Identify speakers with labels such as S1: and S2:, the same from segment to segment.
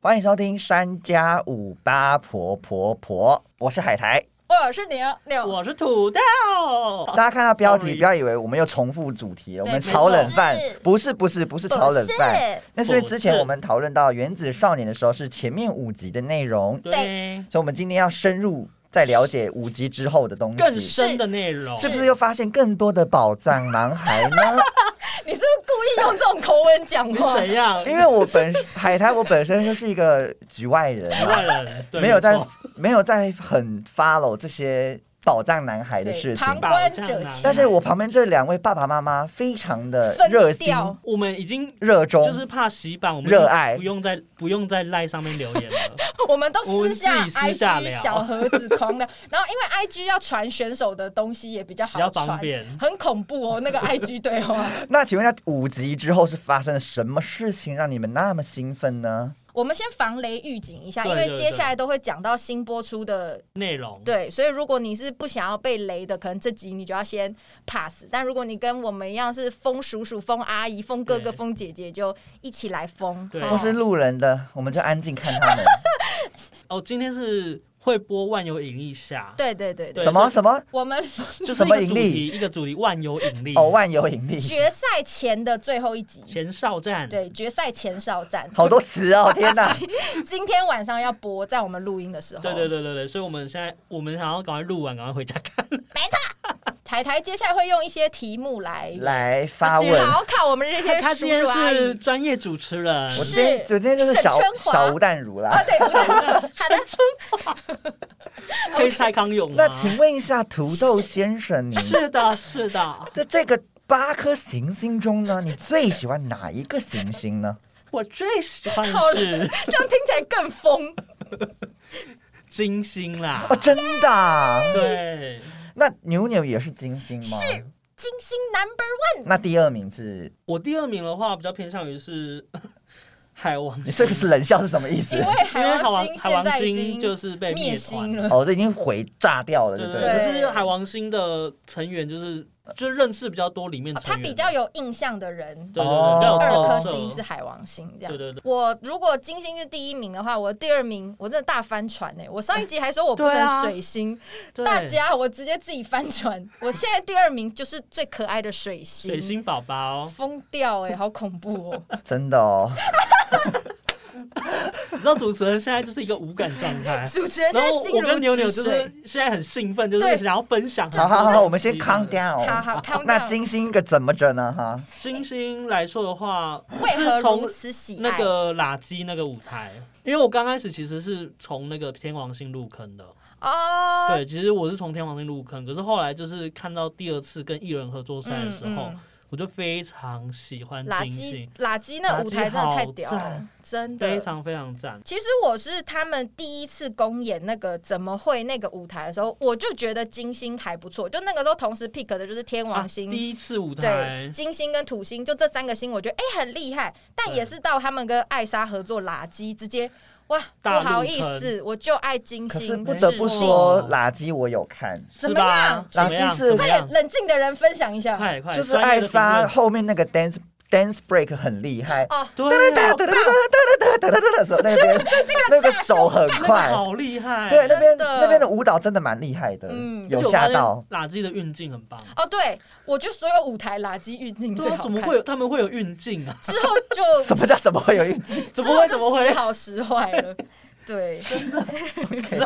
S1: 欢迎收听三加五八婆婆婆，我是海苔。
S2: 我是牛牛，
S3: 我是土豆，
S1: 大家看到标题，
S3: 哦 sorry
S1: 不要以为我们又重复主题，我们
S2: 没
S1: 炒
S2: 错
S1: 冷饭
S2: 是
S1: 不是不是不是
S2: 不
S1: 炒冷饭，
S2: 哦是
S1: 那是因为
S3: 不
S1: 之前
S3: 是
S1: 我们讨论到《原子少年》的时候是前面五集的内容，
S3: 对，
S1: 所以我们今天要深入再了解五集之后的东
S3: 更
S1: 西，
S3: 深的内容
S1: 是不是又发现更多的宝藏男孩呢？
S2: 你是不是故意用这种口吻讲话？
S3: 怎样？
S1: 因为我本海苔，我本身就是一个局外人嘛，
S3: 外人对
S1: 没有在
S3: 错
S1: 没有在很 follow 这些宝藏男孩的事情。
S2: 旁观者
S3: 保障啊
S2: 清
S1: 但是我旁边这两位爸爸妈妈非常的热
S2: 分
S1: 心、
S2: 掉。
S3: 我们已经
S1: 热衷，
S3: 就是怕洗版，我们
S1: 热爱
S3: 不用再不用在赖上面留言了。
S2: 我们都私
S3: 我
S2: 下
S3: 们自己私下
S2: IG
S3: 聊
S2: 小盒子狂聊，然后因为 IG 要传选手的东西也比较
S3: 比较
S2: 好
S3: 方
S2: 传，
S3: 便
S2: 很恐怖哦，那个 IG 对话。
S1: 那请问一下，五集之后是发生了什么事情让你们那么兴奋呢？
S2: 我们先防雷预警一下，
S3: 对
S2: 因
S3: 对
S2: 为接下来都会讲到新播出的，
S3: 内容
S2: 对，所以如果你是不想要被雷的，可能这集你就要先 pass。但如果你跟我们一样是疯叔叔、疯阿姨、疯哥哥、
S3: 对
S2: 疯姐姐，就一起来疯。
S3: 对
S2: 哦
S1: 我是路人的，我们就安静看他们。
S3: 哦，今天是会播万有引力下，
S2: 对对对对，
S3: 对
S1: 什么什么
S2: 我们
S3: 就是
S1: 什
S3: 一
S1: 么
S3: 个主
S1: 引力
S3: 题一个主题万有引力
S1: 哦，万有引力，
S2: 决赛前的最后一集，
S3: 前哨站，
S2: 对，决赛前哨战，
S1: 好多词哦，天哪！
S2: 今天晚上要播，在我们录音的时候，
S3: 对对对对对，所以我们现在我们想要赶快录完，赶快回家看。
S2: 台台接下来会用一些题目来
S1: 来发问。
S2: 考考我们这些
S3: 他
S2: 叔
S3: 今天
S2: 叔阿
S3: 是
S2: 姨。
S3: 专业主持人
S1: 我，今天
S2: 是
S1: 我今天就是小
S2: 沈春华啊
S1: 小吴淡如啦。
S2: 对，好的，
S3: 可以蔡康永吗
S1: 那？请问一下，土豆先生，你
S3: 是的，是的，
S1: 在这个八颗行星中呢，你最喜欢哪一个行星呢？
S3: 我最喜欢
S2: 好
S3: 的
S2: 了
S3: 是
S2: 这样听起来更疯。
S3: 金星啦
S1: 哦，，真的啊？
S3: 对，
S1: 那牛牛也是金星吗？
S2: 是金星 number，
S1: 那第二名是，
S3: 我第二名的话，比较偏向于是 海王
S1: 你这
S3: 星，
S1: 个是冷笑是什么意思
S2: 因？为
S3: 因为
S2: 海
S3: 海
S2: 王
S3: 王
S2: 星
S3: 海
S2: 现
S3: 王
S2: 在已经
S3: 星就是被
S2: 灭
S3: 团
S2: 星。了。
S1: 哦，这已经毁炸掉了，
S3: 对
S1: 不
S3: 对
S1: 对？
S3: 对，
S2: 对
S3: 可是海王星的成员就是就认识比较多里面成
S2: 啊他
S3: 员的，
S2: 比较有印象的人，
S3: 对对
S1: 哦
S3: 对，比较有
S2: 二颗
S3: 特色
S2: 星是海王星这样
S3: 对。对对，
S2: 我如果金星是第一名的话，我第二名我真的大翻船哎、我上一集还说我不
S3: 对
S2: 能
S3: 啊
S2: 水星，
S3: 对
S2: 大家我直接自己翻船。我现在第二名就是最可爱的水星，
S3: 水星宝 宝，
S2: 疯掉哎、好恐怖 哦！。
S1: 真的哦。
S3: 你知道主持人现在就是一个无感状态
S2: 主持 人现在
S3: 然后
S2: 心
S3: 我跟牛
S2: 如
S3: 牛
S2: 止
S3: 就
S2: 水
S3: 是，现在很兴奋，就是
S2: 对
S3: 想要分享很多
S1: 好
S3: 东西。
S1: 好好，我们先 calm
S2: 好
S3: 哦
S1: down。
S2: 好看
S1: 那金星个怎么着呢？哈，
S3: 金星来说的话，
S2: 为
S3: 是
S2: 何
S3: 从
S2: 如此喜爱？
S3: 那个垃圾那个舞台，因为我刚开始其实是从那个天王星入坑的。
S2: 哦，
S3: 对，其实我是从天王星入坑，可是后来就是看到第二次跟艺人合作赛的时候，
S2: 嗯
S3: 我就非常喜欢
S2: 垃
S3: 金
S2: 圾
S3: 星，
S2: 垃圾那舞台真的太屌
S3: 垃圾好
S2: 了
S3: 赞，
S2: 真的
S3: 非常非常赞。
S2: 其实我是他们第一次公演那个怎么会那个舞台的时候，我就觉得金星还不错。就那个时候同时 pick 的就是天王星、
S3: 啊、第一次舞
S2: 对
S3: 台，
S2: 金星跟土星，就这三个星，我觉得哎、很厉害。但
S3: 对
S2: 也是到他们跟艾莎合作垃圾，直接哇
S3: 大
S2: 不
S3: 入
S2: 好意
S3: 坑
S2: 思，我就爱金
S1: 可是
S2: 星。
S1: 不得不
S2: 指定
S1: 说，垃圾我有看，
S2: 怎
S3: 是
S2: 么样
S3: 吧？怎么样
S1: 垃圾是
S3: 怎么
S2: 快
S3: 样
S2: 点，冷静的人分享一下。
S3: 快快，
S1: 就是
S3: 专
S1: 艾
S3: 业的评论
S1: 莎，后面那个 dance dance break 很厉害。
S2: 哦，
S3: 对啊，
S1: 哒哒哒哒哒哒哒哒的时候，那边那个手很
S3: 那个
S1: 快，
S3: 好厉害，
S1: 对，那边
S2: 真的
S1: 那边的舞蹈真的蛮厉害的，
S2: 嗯
S1: 有吓到。
S3: 垃圾的运镜很棒。
S2: 哦，对，我觉得所有舞台垃圾运镜最
S3: 对
S2: 好
S3: 啊，
S2: 看。
S3: 怎么会有 他们会有运镜啊？
S2: 之后就
S1: 什么叫怎么会有一集？
S3: 怎么会
S2: 之
S3: 怎
S2: 后
S3: 么
S2: 就时
S3: 会？
S2: 好时坏了？对
S3: 时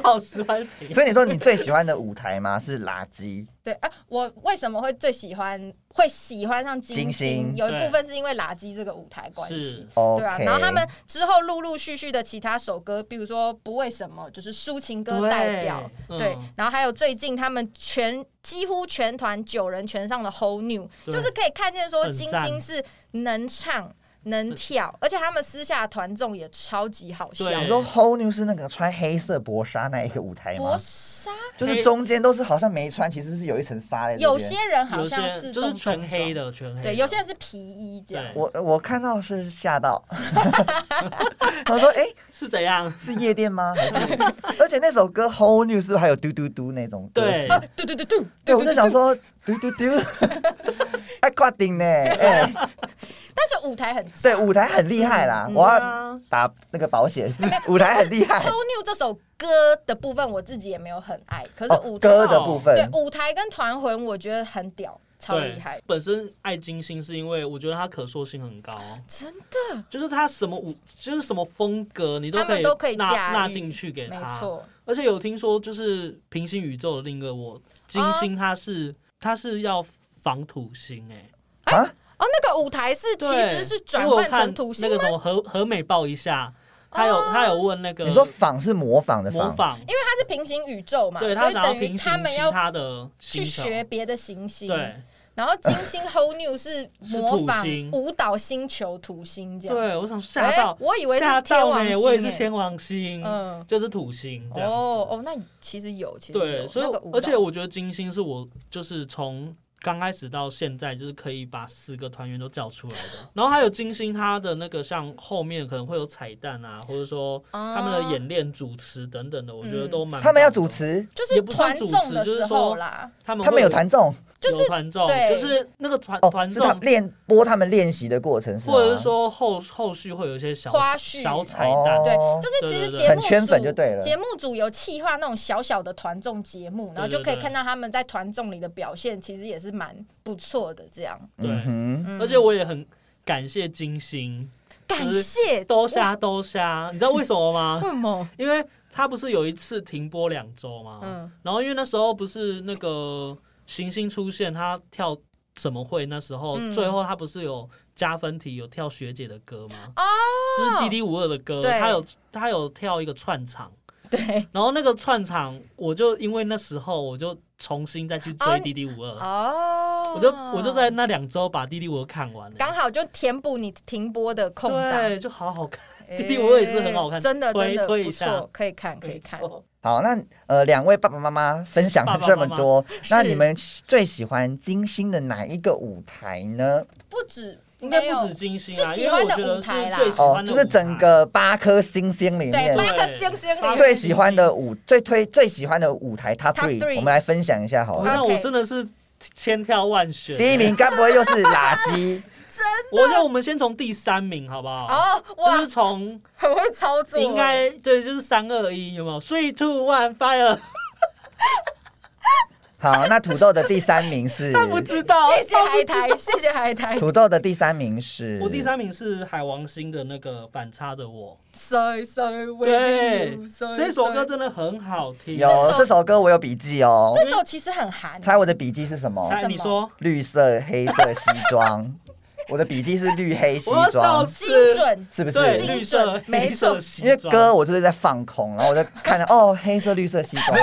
S3: 好时坏怎 样？
S1: 所以你说你最喜欢的舞台吗？ 是垃圾，
S2: 对啊，我为什么会最喜欢会喜欢上金星？
S1: 金星
S2: 有一
S3: 对
S2: 部分是因为垃圾这个舞台关系
S3: 是。
S2: 对啊，
S1: OK
S2: 然后他们之后陆陆续续的其他首歌，比如说《不为什么》，就是抒情歌代表，
S3: 对
S2: 对
S3: 嗯，
S2: 然后还有最近他们全几乎全团九人全上的 Whole New，
S3: 对
S2: 就是可以看见说
S3: 很
S2: 金
S3: 赞
S2: 星是能唱能跳，而且他们私下团综也超级好笑，
S3: 对
S1: 你说 Whole New 是那个穿黑色薄纱那一个舞台
S2: 薄
S1: 吗？
S2: 纱
S1: 就是中间都是好像没穿，其实是有一层纱在这边
S2: 有些人好
S3: 有
S2: 像
S3: 些
S2: 是
S3: 就是全黑
S2: 的，
S3: 的，全黑的。
S2: 对，有些人是皮衣这样。
S3: 对
S1: 我我看到是吓到， 我说哎、诶
S3: 是怎样？
S1: 是夜店 吗？还是而且那首歌 Whole New 是不是还有嘟嘟嘟那种歌词
S3: 对
S2: 啊，对对对对，
S1: 对，我就想说嘟嘟嘟，哎挂顶呢，哎、
S2: 但是舞台很长
S1: 对，舞台很厉害啦，
S2: 嗯
S1: 我要
S3: 啊，
S1: 打那个保险，舞台很厉 害
S2: Who。Knew 这首歌的部分，我自己也没有很爱，可是
S1: 哦，
S2: 舞台、
S1: 歌的部
S2: 对
S1: 分，
S2: 舞台跟团魂，我觉得很屌，超厉害，
S3: 本身爱金星是因为我觉得它可塑性很高，
S2: 真的
S3: 就是它什么舞，就是什么风格，你
S2: 嗯他们都可
S3: 可
S2: 以
S3: 以纳
S2: 驾驭
S3: 纳进去给
S2: 没
S3: 他。
S2: 错。
S3: 而且有听说，就是平行宇宙的另一个我，金星它是它是要防土星哎、
S2: 哦，那个舞台是其
S3: 对
S2: 实是转
S3: 因为我
S2: 换
S3: 看
S2: 成土
S3: 那
S2: 星
S3: 个
S2: 吗？哦
S3: 什么和和美抱一下，他有、他有问那个
S1: 你说仿是模仿的
S3: 呃模
S1: 仿，
S3: 仿，
S2: 因为它是平行宇宙嘛，
S3: 对
S2: 所
S3: 他
S2: 以
S3: 想要
S2: 等于
S3: 平
S2: 他
S3: 行
S2: 们
S3: 其
S2: 要
S3: 他的
S2: 去
S3: 星球
S2: 学别的行星。
S3: 对
S2: 然后金星 Whole New 是
S3: 是
S2: 模
S3: 土
S2: 仿
S3: 星
S2: 舞蹈星球土星这样。
S3: 对，我想
S2: 哎，
S3: 吓到，
S2: 我以为是
S3: 吓
S2: 天
S3: 到
S2: 王
S3: 哎、
S2: 星、
S3: 我也是
S2: 哎
S3: 天王星，
S2: 嗯，
S3: 就是土星这样子。
S2: 哦哦，那其实有，其实有
S3: 对，所以、
S2: 那个舞蹈
S3: 而且我觉得金星是我就是从刚开始到现在，就是可以把四个团员都叫出来的。然后还有金星，它的那个像后面可能会有彩蛋啊，或者说他们的
S2: 啊嗯
S3: 演练、主持等等的，我觉得都蛮。
S1: 他们要主，持，
S2: 就是
S3: 也不
S2: 团
S3: 算主持
S2: 综的
S3: 就是
S2: 时
S3: 说
S2: 候啦，
S3: 他们
S1: 他们
S3: 会
S1: 有团综
S2: 就是
S3: 有团众，
S2: 对
S3: 就是那个团
S1: 哦，
S3: 团
S1: 是
S3: 众
S1: 他，练播他们练习的过程是吗，
S3: 或者是说后后续会有一些小
S2: 花絮
S3: 小彩蛋。
S1: 哦
S2: 对，就是其实
S3: 对对对
S2: 节目
S1: 很
S2: 组
S1: 圈粉就对了
S2: 节目组有企划那种小小的团综节目，然后就可以
S3: 对对
S2: 看到他们在团综里的表现，其实也是蛮不错的。这样，
S3: 对
S1: 嗯哼，
S2: 嗯
S3: 而且我也很感谢金星，
S2: 感谢
S3: 兜虾兜虾，你知道为什么 吗
S2: 为？什 么？
S3: 因为他不是有一次停播两周吗？
S2: 嗯，
S3: 然后因为那时候不是那个行星出现，他跳怎么会？那时候、
S2: 嗯
S3: 最后他不是有加分题有跳学姐的歌吗？
S2: 哦，
S3: 就是滴滴五二的歌，
S2: 对
S3: 他有他有跳一个串场，
S2: 对，
S3: 然后那个串场我就因为那时候我就重新再去
S2: 哦
S3: 追
S2: 你
S3: 滴滴五二，
S2: 哦，
S3: 我就我就在那两周把滴滴五二看完了、
S2: 嗯
S3: 欸
S2: 刚好就填补你停播的空档。
S3: 对，就好好看，
S2: 哎
S3: 弟弟我也是很好看
S2: 真的
S3: 推
S2: 真的
S3: 推
S2: 不
S3: 一下
S2: 错，可以看可以看。
S3: 没错
S1: 好，那呃，两位爸爸妈妈分享
S3: 爸爸
S1: 这么
S3: 妈妈
S1: 多，那
S3: 是
S1: 你们最喜欢金星的哪一个舞台呢？
S2: 不止
S3: 应该
S2: 没有
S3: 不止金星啊，
S2: 是喜
S3: 因为
S2: 欢
S3: 我
S2: 的
S3: 觉得
S2: 舞台啦
S3: 是最喜
S1: 哦
S3: 欢，的
S1: 就是
S3: 舞
S1: 整
S3: 台
S1: 个八颗星星里
S2: 对
S1: 面
S2: 八
S3: 八。
S2: 个星星里
S3: 八
S2: 面
S1: 最喜欢的舞，最推最喜欢的舞台 top
S2: Top three
S1: three，我们来分享一下好
S3: 我
S1: 了。
S3: 看
S2: OK
S3: 我真的是千挑万选。
S1: 哦
S3: 欸
S1: 第一名，该不会又是垃圾？
S3: 我觉得我们先从第三名好不好？
S2: 哦，
S3: 就
S2: 哇
S3: 是，从
S2: 很会操作，
S3: 应该对，就是三二一，有没有？Three two one fire，
S1: 好，那土豆的第三名是
S3: 他不知道，
S2: 谢谢海苔，谢谢海苔，
S1: 土豆的第三名是
S3: 我第三名是海王星的那个反差的我，
S2: 谁谁
S3: 对
S2: 为你，
S3: 这首歌真的很好听。
S1: 有
S2: 首
S1: 这首歌我有笔记哦，
S2: 这首其实很韩，
S1: 猜我的笔记是什么？
S3: 猜你说，
S1: 绿色黑色西装，我的笔记是绿黑西
S3: 我要笑
S1: 装，
S2: 精
S3: 死。
S2: 准，
S1: 是不是？
S3: 对，
S2: 精
S3: 绿色
S2: 准没
S3: 黑色
S2: 错
S3: 西
S1: 因为
S3: 装
S1: 歌我就是在放空，然后我就看到哦，黑色绿色西 装，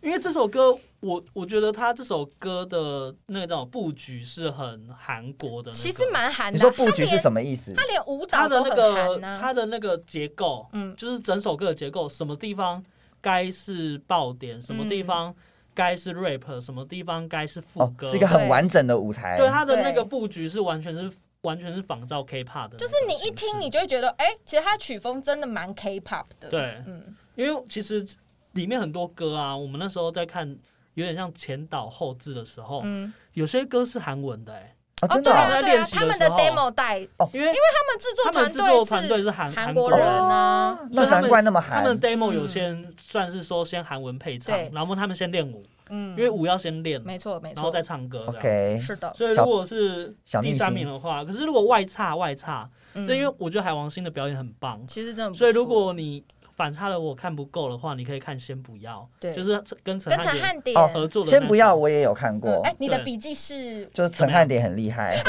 S3: 因为这首歌，我我觉得他这首歌的那种布局是很韩国的那个，
S2: 其实蛮韩
S1: 你
S2: 的。啊
S1: 说
S2: 他
S1: 布局是
S2: 连
S1: 什么意思？
S2: 他连舞蹈
S3: 它的
S2: 都
S3: 那
S2: 很啊
S3: 个
S2: 韩
S3: 它
S2: 呐，
S3: 的那个结构，
S2: 嗯
S3: 就是整首歌的结构，什么地方该是爆点，
S2: 嗯
S3: 什么地方该是 rap，什么地方该是副
S1: 哦，
S3: 歌，
S1: 是一个很完整的舞台。
S3: 对它的那个
S2: 对
S3: 布局是完全是完全是仿照 K-pop 的那
S2: 就
S3: 种形式，
S2: 是你一听你就会觉得，哎，其实他曲风真的蛮 K-pop 的。，
S3: 对，
S2: 嗯，
S3: 因为其实里面很多歌啊，我们那时候在看。有点像前导后置的时候，
S2: 嗯
S3: 有些歌是韩文的、欸，
S1: 哦，
S2: 哦，
S1: 真的
S2: 对
S1: 哦
S2: 啊，
S3: 在
S2: 对啊
S3: 练，习的
S2: 他们的
S3: 时候
S2: demo 带，
S3: 因
S2: 他
S3: 为
S2: 们制作
S3: 他们制作团队
S2: 队
S3: 是韩
S2: 韩
S3: 韩
S2: 国
S3: 国
S2: 人
S3: 人
S2: 啊，
S1: 哦那难怪那么
S3: 他
S1: 韩。
S3: 们 demo
S2: 嗯
S3: 有些人算是说先韩文配唱
S2: 对，
S3: 然后他们先练舞，
S2: 嗯，
S3: 因为舞要先练，
S2: 没错没
S3: 然
S2: 错，
S3: 后再唱歌这样。
S1: OK，
S2: 是的，
S3: 所以如果是
S1: 小
S3: 第
S1: 秘
S3: 三名
S1: 辛，
S3: 的话，可是如果外差外差，
S2: 嗯
S3: 对，因为我觉得海王星的表演很棒，
S2: 其实真的不错，
S3: 所以如果你反差的我看不够的话，你可以看先不要，
S2: 对
S3: 就是跟陈
S2: 跟陈
S3: 汉典
S2: 汉典
S1: 哦
S3: 合作的那首。
S1: 先不要，我也有看
S2: 嗯
S1: 过
S2: 哎、，你的
S3: 对
S2: 笔记是
S1: 就是陈汉典很厉害，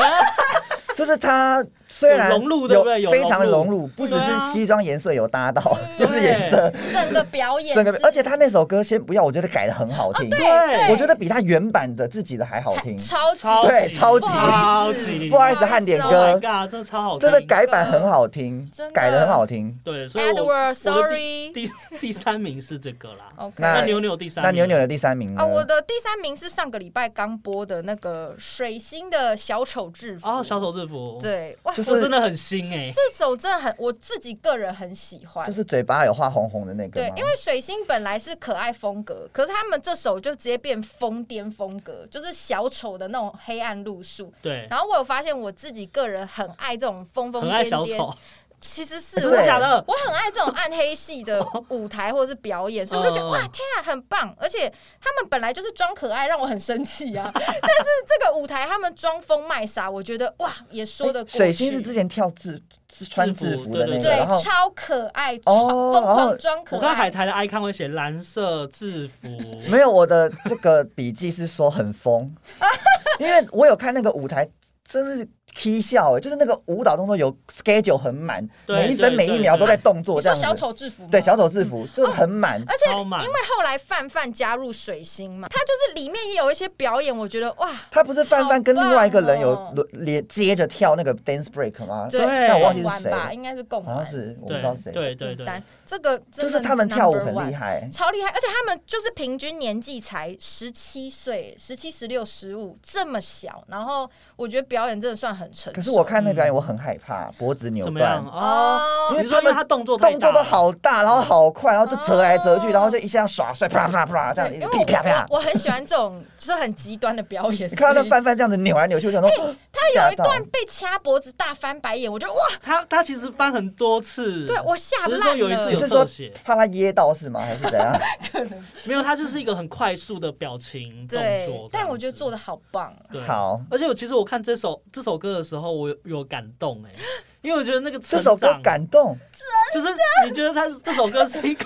S1: 就是他虽然
S3: 有融入对不对有
S1: 非常
S3: 融入
S1: 融入，不只
S3: 对
S1: 是
S3: 啊
S1: 西装颜色有搭到，
S2: 对
S1: 就是颜色
S2: 整个表演是，
S1: 整个，而且他那首歌先不要，我觉得改的很好听，
S2: 哦哎对
S1: 我觉得比他原版的自己的还好听
S2: 还，超级
S3: 超
S1: 对超级
S3: 超级，
S1: 不好意思汉典
S3: Oh
S1: 歌
S3: my god，真的超好听，
S1: 真的改版很好听
S2: 真的，
S1: 改的很好听。
S3: 对，所以我
S2: Edward
S3: 我的
S2: Sorry
S3: 第第三名是这个啦。
S2: OK
S1: 那
S3: 那牛牛第
S1: 哦
S3: 三，
S1: 哎那牛牛。的第三
S3: 嗯
S1: 名呢
S2: 啊，？我的第三名是上个礼拜刚播的那个水星的小丑制服
S3: 哦，小丑制制服，
S2: 对，哇，
S1: 就是
S3: 我真的很新哎、
S2: 这首真的很，我自己个人很喜欢。
S1: 就是嘴巴有画红红的那个
S2: 对
S1: 吗，
S2: 因为水星本来是可爱风格，可是他们这首就直接变疯癫风格，就是小丑的那种黑暗路数。
S3: 对，
S2: 然后我有发现我自己个人很爱这种疯疯
S3: 很爱
S2: 癫
S3: 小
S2: 癫，
S3: 丑，
S2: 其实是
S1: 对
S3: 真
S2: 我
S3: 的假 的？
S2: 我很爱这种暗黑系的
S1: 哦
S2: 舞台或者是表演，所以我就觉得
S3: 嗯
S2: 哇天啊，很棒！而且他们本来就是装可爱，让我很生气 啊。但是这个舞台他们装疯卖傻，我觉得哇也说得过去。
S1: 水星哎是之前跳制是穿
S3: 制
S1: 制
S3: 服
S1: 服的那
S3: 对
S1: 个，然后
S2: 对，超可爱，超
S1: 哦
S2: 疯
S1: 然后
S2: 狂装可
S3: 我看海
S2: 爱。
S3: 苔的 icon 会写蓝色制服，
S1: 没有我的这个笔记是说很 疯，因为我有看那个舞台，真是 k 笑哎，就是那个舞蹈动作有 schedule 很满，
S3: 对
S1: 每一分
S3: 对
S1: 每一秒
S3: 对
S1: 都在动作
S2: 你
S1: 这
S2: 说
S1: 样子
S2: 小。丑制服吗？
S1: 对小丑制服就很满，
S2: 而且
S3: 超满
S2: 因为后来范范加入水星嘛，他就是里面也有一些表演，我觉得哇，
S1: 他不是范范跟另外一个人有
S2: 好棒哦
S1: 轮连接着跳那个 dance break 吗？
S2: 对，
S3: 对那我忘
S1: 记
S2: 共
S1: 是
S2: 玩
S1: 谁
S2: 吧，应该是共
S1: 好像
S2: 玩。
S1: 是我不
S3: 对
S1: 知道谁，
S3: 对对
S2: 孤
S3: 对
S2: 单，这个
S1: 就
S2: 真的
S1: 是他们跳舞
S2: number
S1: 很
S2: one
S1: 厉害，
S2: 超厉害，而且他们就是平均年纪才十七岁、十七、十六、十五这么小，然后我觉得表演真的算很成熟。
S1: 可是我看那表演我很害怕，脖子扭
S3: 怎么
S1: 断
S3: 样，哦？
S2: 哦
S1: 因，为
S3: 你说因
S1: 他们
S3: 为他动作太
S1: 动
S3: 大
S1: 作
S3: 了
S1: 都，好大，然后好快，然后就折来折去，
S2: 哦
S1: 然后就一下耍帅，啪啪啪这样
S2: 对
S1: 一
S2: 因为
S1: 直
S2: 我
S1: 噼啪啪。
S2: 我我很喜欢这种就是很极端的表 演。
S1: 你看到
S2: 所
S1: 那
S2: 以
S1: 范范这样子扭来扭去，我想说，哦他
S2: 有一段被掐脖子大翻白眼，我就哇，
S3: 他他其实翻很多次，
S2: 对我吓烂
S3: 只
S2: 了。
S3: 是说有一次
S1: 你
S3: 有
S1: 是
S3: 特
S1: 说
S3: 写，
S1: 怕他噎到是吗？还是怎样？
S3: 没有，他就是一个很快速的表情动
S2: 对
S3: 作，，
S2: 但我觉得做的
S3: 的
S2: 好棒。啊
S3: 对。
S1: 好，
S3: 而且我其实我看这首这首歌的时候，我有有感动哎、因为我觉得那个成
S1: 这首歌
S3: 长
S1: 感动，
S3: 就是你觉得他这首歌是一个，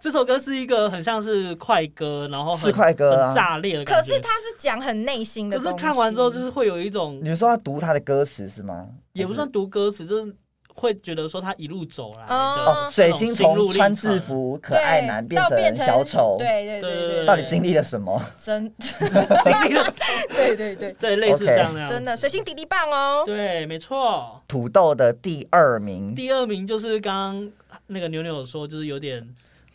S3: 这首歌是一个很像是快歌，然后很
S1: 是快歌啊
S3: 很炸裂的感
S2: 可
S3: 觉。
S2: 是他是讲很内心的
S3: 可
S2: 东西，
S3: 是看完之后，就是会有一种
S1: 你说他读他的歌词是吗？
S3: 也不算读歌词，就是会觉得说他一路走来的
S2: 哦
S1: 哦，水星
S3: 那种心路
S1: 从
S3: 历
S1: 穿
S3: 程
S1: 制服可
S2: 对
S1: 爱男变
S2: 到
S1: 成
S2: 变
S1: 小丑，
S2: 对对
S3: 对
S2: 对
S3: 对
S2: 对，
S1: 到底经历了什么？
S2: 真
S3: 经历了什么
S2: 对对对，
S3: 对类似
S1: OK
S3: 像那样子
S2: 真的水星弟弟棒哦。
S3: 对，没错。
S1: 土豆的第二名，
S3: 第二名就是刚刚那个牛牛有说，就是有点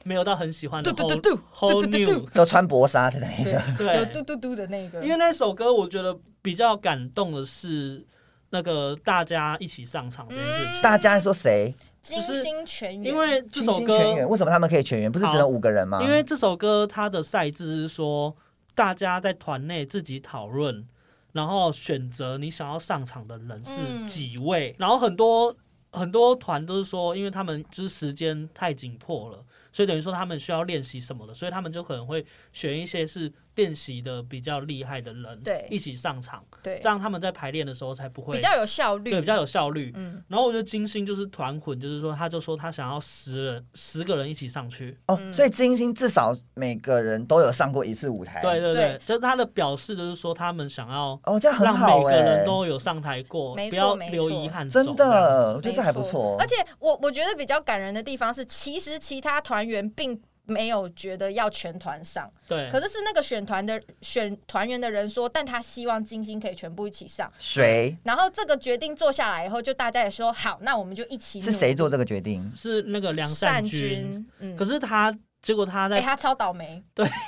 S3: 没有到很喜欢的
S2: 嘟嘟
S3: whole
S2: 嘟嘟
S3: whole
S2: 嘟嘟嘟
S3: new
S1: 就穿薄纱的那一
S2: 对
S1: 个，，
S2: 有
S3: 对，
S2: 嘟嘟嘟的那个，
S3: 因为那首歌我觉得比较感动的是那个大家一起上场这件事情，
S1: 大家说谁？
S2: 金星全员，
S3: 因为这
S1: 群
S3: 首
S1: 星
S3: 歌，
S1: 全员，为什么他们可以全员？不是只
S3: 好
S1: 能五个人吗？
S3: 因为这首歌它的赛制是说大家在团内自己讨论，然后选择你想要上场的人是几位，然后很多很多团都是说，因为他们就是时间太紧迫了。所以等于说他们需要练习什么的，所以他们就可能会选一些是练习的比较厉害的人，
S2: 对
S3: 一起上场，
S2: 对
S3: 这样他们在排练的时候才不会
S2: 比较有效率，
S3: 对，比较有效率。
S2: 嗯
S3: 然后我觉得金星就是团混，就是说他就说他想要十人十个人一起上去，
S1: 哦，
S2: 嗯
S1: 所以金星至少每个人都有上过一次舞台。
S3: 对对
S2: 对
S3: 对，就是他的表示就是说他们想要
S1: 哦，这样很
S3: 让
S1: 好
S3: 每个
S1: 哎、
S3: 人都有上台过，
S2: 没
S3: 不
S2: 错
S3: 要
S2: 没
S3: 留
S2: 错
S3: 遗憾走
S1: 真
S3: 这样
S1: 的，
S3: 子
S1: 我觉得这还不错。哦
S2: 而且我我觉得比较感人的地方是，其实其他团员并没有觉得要全团上，
S3: 对，
S2: 可是是那个选团的选团员的人说，但他希望金星可以全部一起上。
S1: 谁
S2: 然后这个决定做下来以后，就大家也说好，那我们就一起努
S1: 是
S2: 力。
S1: 谁做这个决定？
S3: 是那个梁
S2: 善
S3: 善君，，
S2: 嗯
S3: 可。是他结果他
S2: 哎、
S3: 在
S2: 他超倒霉！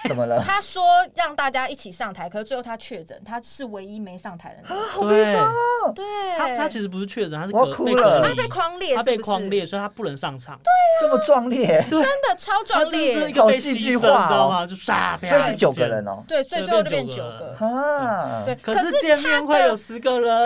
S1: 怎么了？
S2: 他说让大家一起上台，可是最后他确诊，他是唯一没上台的人。
S1: 好悲伤哦！
S2: 对，
S3: 他他其实不是确诊，他是
S1: 我
S3: 隔
S1: 哭
S3: 被
S1: 了
S3: 隔
S2: 他被
S3: 离。
S2: 框列是
S3: 他
S2: 不是，
S3: 被框列，所以他不能上场。
S1: 这么壮烈，
S2: 真的超壮
S3: 他就是这一
S2: 烈。
S3: 个
S1: 好
S3: 被
S1: 戏
S3: 牺
S1: 剧
S3: 牲
S1: 化
S3: 你知
S1: 哦
S3: 道吗？就唰，啪
S1: 所以是
S3: 不
S1: 九个
S3: 见
S1: 人哦。
S2: 对，所以最后就变九
S3: 变九个嗯
S2: 个。
S1: 啊，
S2: 对，
S3: 可
S2: 可
S3: 是见面会
S2: 他
S3: 有
S2: 的
S3: 十个人。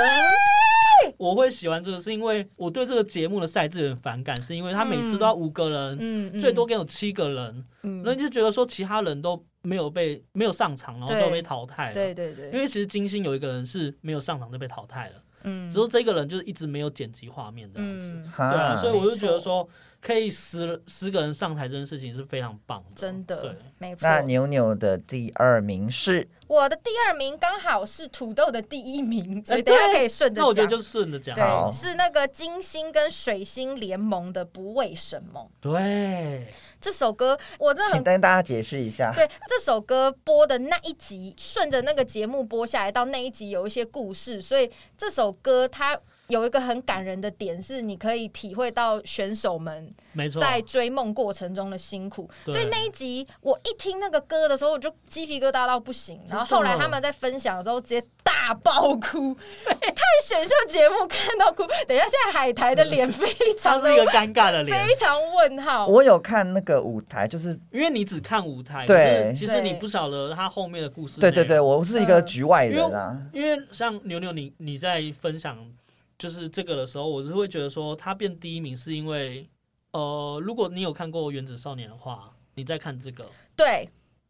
S3: 我会喜欢这个，是因为我对这个节目的赛制很反感，是因为他每次都要五个人，
S2: 嗯，嗯
S3: 最多给我七个人，
S2: 嗯
S3: 那、就觉得说其他人都没有被没有上场，然后
S2: 对
S3: 都被淘汰了。
S2: 对对
S3: 因
S2: 对，
S3: 为其实金星有一个人是没有上场就被淘汰了，
S2: 嗯
S3: 只是这个人就是一直没有剪辑画面这样子。
S2: 嗯，
S1: 哈
S3: 对啊，所以我就觉得
S2: 没错
S3: 说可以十十个人上台这件事情是非常棒的，
S2: 真的
S3: 对。
S2: 没错。
S1: 那牛牛的第二名是
S2: 我的第二名刚好是土豆的第一名，所以
S3: 哎
S2: 大家
S3: 对
S2: 可以顺着
S3: 那我觉得
S2: 讲。
S3: 就顺着讲，
S1: 好
S2: 对，是那个金星跟水星联盟的《不为什么》
S3: 对，
S2: 这首歌，我真的
S1: 请
S2: 很
S1: 跟大家解释一 下，
S2: 对这首歌播的那一集，顺着那个节目播下来到那一集有一些故事，所以这首歌它有一个很感人的点，是你可以体会到选手们
S3: 没错，
S2: 在追梦过程中的辛苦。
S3: 对
S2: 所以那一集我一听那个歌的时候，我就鸡皮疙瘩到不行。
S3: 真的
S2: 然后后来他们在分享的时候，直接大爆哭，看选秀节目看到哭。等一下，现在海苔的脸非 常
S3: 他是一个
S2: 的
S3: 尴尬 的脸，
S2: 非常问号。
S1: 我有看那个舞台，就是
S3: 因为你只看舞台，
S1: 对
S3: 可是其实你
S2: 对
S3: 不晓得他后面的故事。
S1: 对对对，，我是一个
S2: 嗯
S1: 局外人啊。
S3: 因为像牛牛你，你在分享就是这个的时候，我是会觉得说，他变第一名是因为，呃，如果你有看过《原子少年》的话，你再看这个
S2: 对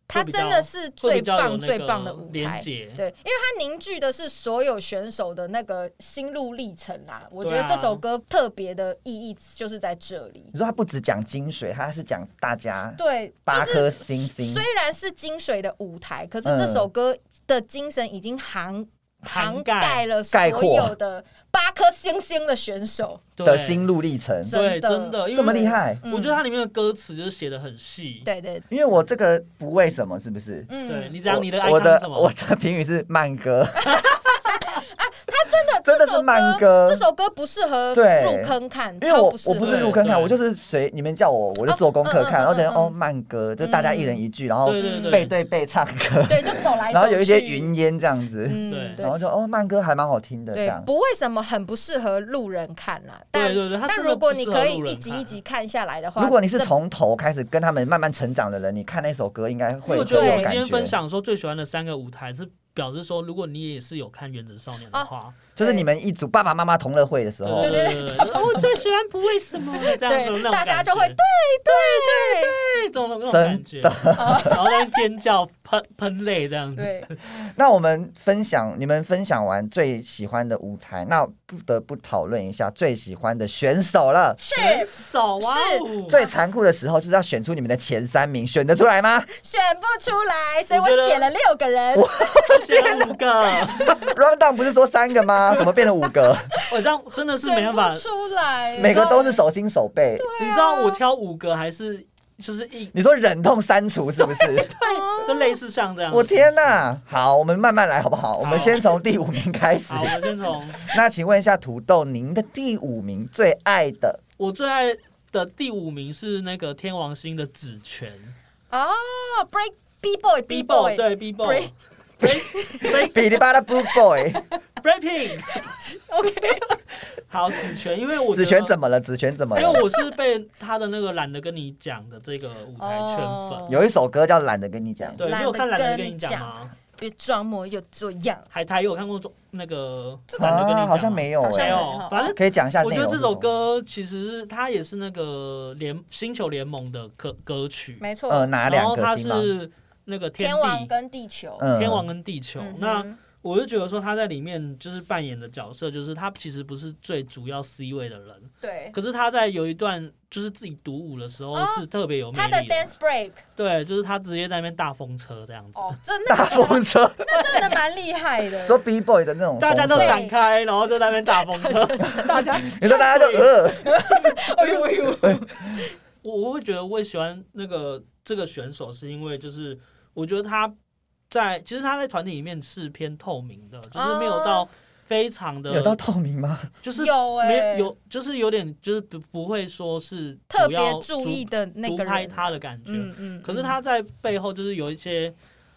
S2: 他
S3: 会比较
S2: 真的是
S3: 会
S2: 最
S3: 比较有
S2: 棒
S3: 那
S2: 最棒的
S3: 个
S2: 舞
S3: 连
S2: 台。
S3: 接。
S2: 对，因为它凝聚的是所有选手的那个心路历程啦。我觉
S3: 对
S2: 得
S3: 啊
S2: 这首歌特别的意义就是在这里。
S1: 你说他不只讲精髓，他是讲大家
S2: 对，
S1: 八
S2: 就是
S1: 颗星星
S2: 虽。然是精髓的舞台，可是
S1: 嗯
S2: 这首歌的精神已经涵
S3: 涵
S2: 涵
S3: 盖
S2: 盖了所
S1: 概括
S2: 有的八颗星星的选手。
S3: 对
S1: 的心路历程，
S2: 真
S3: 对，
S2: 的
S3: 真的，因为
S1: 这么厉害。
S2: 嗯
S3: 我觉得它里面的歌词就是写的很细。
S2: 对对，
S1: 因为我这个不为什么，是不是？
S2: 嗯，
S3: 对，你讲
S1: 我
S3: 你的爱
S1: 我
S3: 看
S1: 的
S3: 什
S1: 我
S3: 么？
S1: 的评语是慢歌，
S2: 真的
S1: 真的是
S2: 这首
S1: 慢歌
S2: 这首歌不适合
S1: 对
S2: 入坑看，
S1: 因为我
S2: 超不适
S1: 我
S2: 合
S1: 不是入坑看，
S3: 对
S1: 我就是随你们叫我，我就做功课看，
S2: 哦嗯嗯
S1: 然后等于
S2: 嗯嗯
S1: 哦慢歌，就大家一人一句，然后
S3: 对对
S1: 背
S3: 对，
S1: 对背唱歌，
S2: 对，就走 来走去，
S1: 然后有一些云，烟这样子，
S2: 嗯，
S3: 对
S2: 对
S1: 然。后就哦慢歌还蛮好听的这
S2: 对
S1: 样，。
S2: 不为什么很不适合路人看啦，但
S3: 对对对它
S2: 但
S3: 真的
S2: 如果
S3: 不
S2: 你
S3: 适合
S2: 可以
S3: 路人
S2: 一集
S3: 看
S2: 一集看下来的话，
S1: 如果你是
S2: 这
S1: 从头开始跟他们慢慢成长的人，你看那首歌应该
S3: 因
S1: 会
S3: 为我觉得
S1: 更
S3: 我
S1: 有
S3: 们
S1: 感
S3: 今天分
S1: 觉。
S3: 享说最喜欢的三个舞台是表示说，如果你也是有看《原子少年》的
S2: 哦
S3: 话，
S1: 就是你们一组爸爸妈妈同乐会的时候
S3: 对，对哦
S2: 对
S3: 对，对我最喜欢不为什 么这样子那
S2: 对
S3: 种
S2: 大家
S3: 感
S2: 就会
S3: 觉
S2: 对对对
S3: 这种那种感觉， 然后在尖叫、喷喷泪这样子。
S2: 对，
S1: 那我们分享，你们分享完最喜欢的舞台，那不得不讨论一下最喜欢的选手了。
S2: 是
S3: 手啊！哦
S1: 最残酷的时候就是要选出你们的前三名，选得出来吗
S2: 选不出来，所以
S3: 我
S2: 我
S3: 觉得
S2: 写了六个人。
S3: 选五个，
S1: ？Round down 不是说三个吗？怎么变成五个？
S3: 我这样真的是没
S2: 选
S3: 办
S2: 不
S3: 法。
S2: 出来，
S1: 每个都是手心手背。
S3: 你知道我挑五个还是就是一
S1: 你说忍痛删除是不是？
S3: 对，啊就类似像这样。
S1: 我天！哪！好，我们慢慢来好不好？我们
S3: 好
S1: 先从第五名开始
S3: 好，。我们先从
S1: 那请问一下土豆，您的第五名最爱的
S3: 我最爱的第五名是那个天王星的紫泉
S2: 哦，break b boy b boy，
S3: 对 B boy
S2: Break-
S3: Break
S1: 比利巴拉 Blue Boy，
S3: Breaking
S2: ，OK，
S3: 好紫泉，因为我觉
S1: 子
S3: 得
S1: 璇怎么了？子璇怎么
S3: 因
S1: 了？
S3: 为我是被他的那个懒得跟你讲的这个舞台圈粉。
S2: 哦
S1: 有一首歌叫《懒得跟你讲》，
S3: 对，
S2: 懒
S3: 你
S2: 得
S3: 有看懒得跟你
S2: 跟你
S3: 讲
S2: 讲
S3: 吗？
S2: 别装模又作样，
S3: 海苔有看过中那个
S2: 这个
S3: 懒得跟你讲
S1: 啊，
S3: 吗
S1: 好像没有
S2: 好像
S1: 哎、
S3: 没
S2: 有
S3: 有，反正。
S1: 可以讲一下
S3: 我
S1: 内
S3: 觉
S1: 容是
S3: 得这
S1: 什么
S3: 首，歌其实是它也是那个联星球联盟的歌歌曲，
S2: 没错
S1: 呃，，哪
S3: 然
S1: 两
S3: 后
S1: 个
S3: 它
S1: 星吗？
S3: 是那个天
S2: 天
S3: 地
S2: 王跟地球，
S1: 嗯
S3: 天王跟地球。
S2: 嗯哼
S3: 那我就觉得说他在里面就是扮演的角色，就是他其实不是最主要 C 位的人，
S2: 对
S3: 可是他在有一段就是自己独舞的时候
S2: 哦
S3: 是特别有魅
S2: 他的
S3: 力
S2: dance break，
S3: 对，就是他直接在那边大风车这样子，
S2: 哦，真
S1: 大
S2: 的
S1: 风车，
S2: 那真的蛮厉害的，
S1: 说 B boy 的那种风车，
S3: 大家都
S2: 对
S3: 闪开，然后就在那边大风车，大家
S1: 你说大家就呃，
S2: 哎呦哎呦，
S3: 我我会觉得我会喜欢那个这个选手，是因为就是我觉得他在其实他在团体里面是偏透明的，就是没有到非常的，
S1: 有到透明吗？
S3: 就是
S2: 哦有
S3: 没
S2: 哎，
S3: 有就是有点就是不不会说是
S2: 特
S3: 主要
S2: 别注意的那
S3: 独
S2: 个
S3: 拍
S2: 人，
S3: 他的感觉。
S2: 嗯嗯，
S3: 可是他在背后就是有一些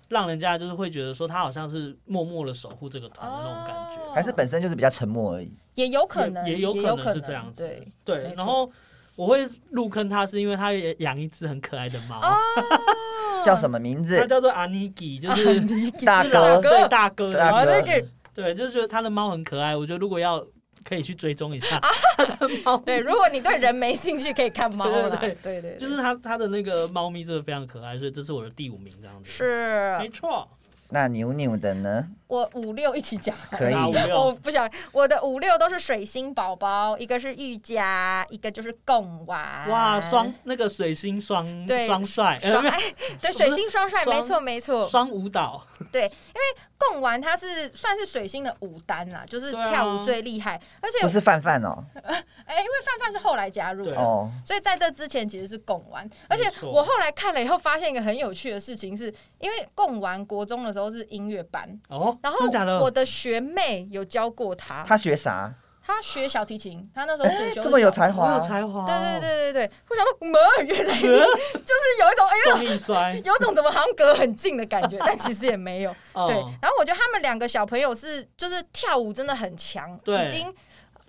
S3: 让人家就是会觉得说他好像是默默的守护这个团的那种感觉。
S2: 哦
S1: 还是本身就是比较沉默而已？
S2: 也有可能，
S3: 也也有可能是这样子。
S2: 对，没错
S3: 然后我会入坑他，是因为他也养一只很可爱的猫，
S2: 哦
S3: 嗯
S1: 叫什么名
S3: 它
S1: 字？
S3: 叫做阿尼 基，就是
S1: 大
S3: 就是老
S1: 哥，
S3: 对 大哥
S1: 大哥
S2: 啊，
S3: 的，
S2: 那个
S3: 对，就是觉得他的猫很可爱。我觉得如果要可以去追踪一下，
S2: 啊对，如果你对人没兴趣，可以看猫啦。
S3: 对
S2: 对对，
S3: 就是他他的那个猫咪真的非常可爱，所以这是我的第五名这样子。，没
S2: 是
S3: 错，
S1: 那牛牛的呢？
S2: 我五六一起讲。
S1: 可以
S3: 打五
S2: 我
S3: 六，
S2: 不想，我的五六都是水星宝宝，一个是玉佳，一个就是贡丸。
S3: 哇，双那个水星双
S2: 对
S3: 双帅，呃
S2: 双
S3: 没有
S2: 哎，对，水星双帅，
S3: 双
S2: 没错没错。
S3: 双舞蹈，
S2: 贡丸它是算是水星的舞担啦，就是
S3: 对啊
S2: 跳舞最厉害，而且
S1: 不是范范哦，
S2: 哎，因为范范是后来加入的
S3: 对，
S1: 哦，
S2: 所以在这之前其实是贡丸，而且
S3: 没错
S2: 我后来看了以后发现一个很有趣的事情是，因为贡丸国中的时候是音乐班，
S3: 哦，
S2: 然后
S3: 真假的
S2: 我的学妹有教过他，
S1: 他学啥？哎
S2: 他他学小提琴，他那时候主修是
S1: 这么有
S2: 小提琴
S1: 才
S3: 好
S1: 华
S3: 有，才华、哦，
S2: 对对对对对，我想到么原来你就是有一种哎呦
S3: 重 力摔，
S2: 有种怎么好像隔很近的感觉，但其实也没有。
S3: 哦
S2: 对，然后我觉得他们两个小朋友是就是跳舞真的很强，
S3: 对
S2: 已经。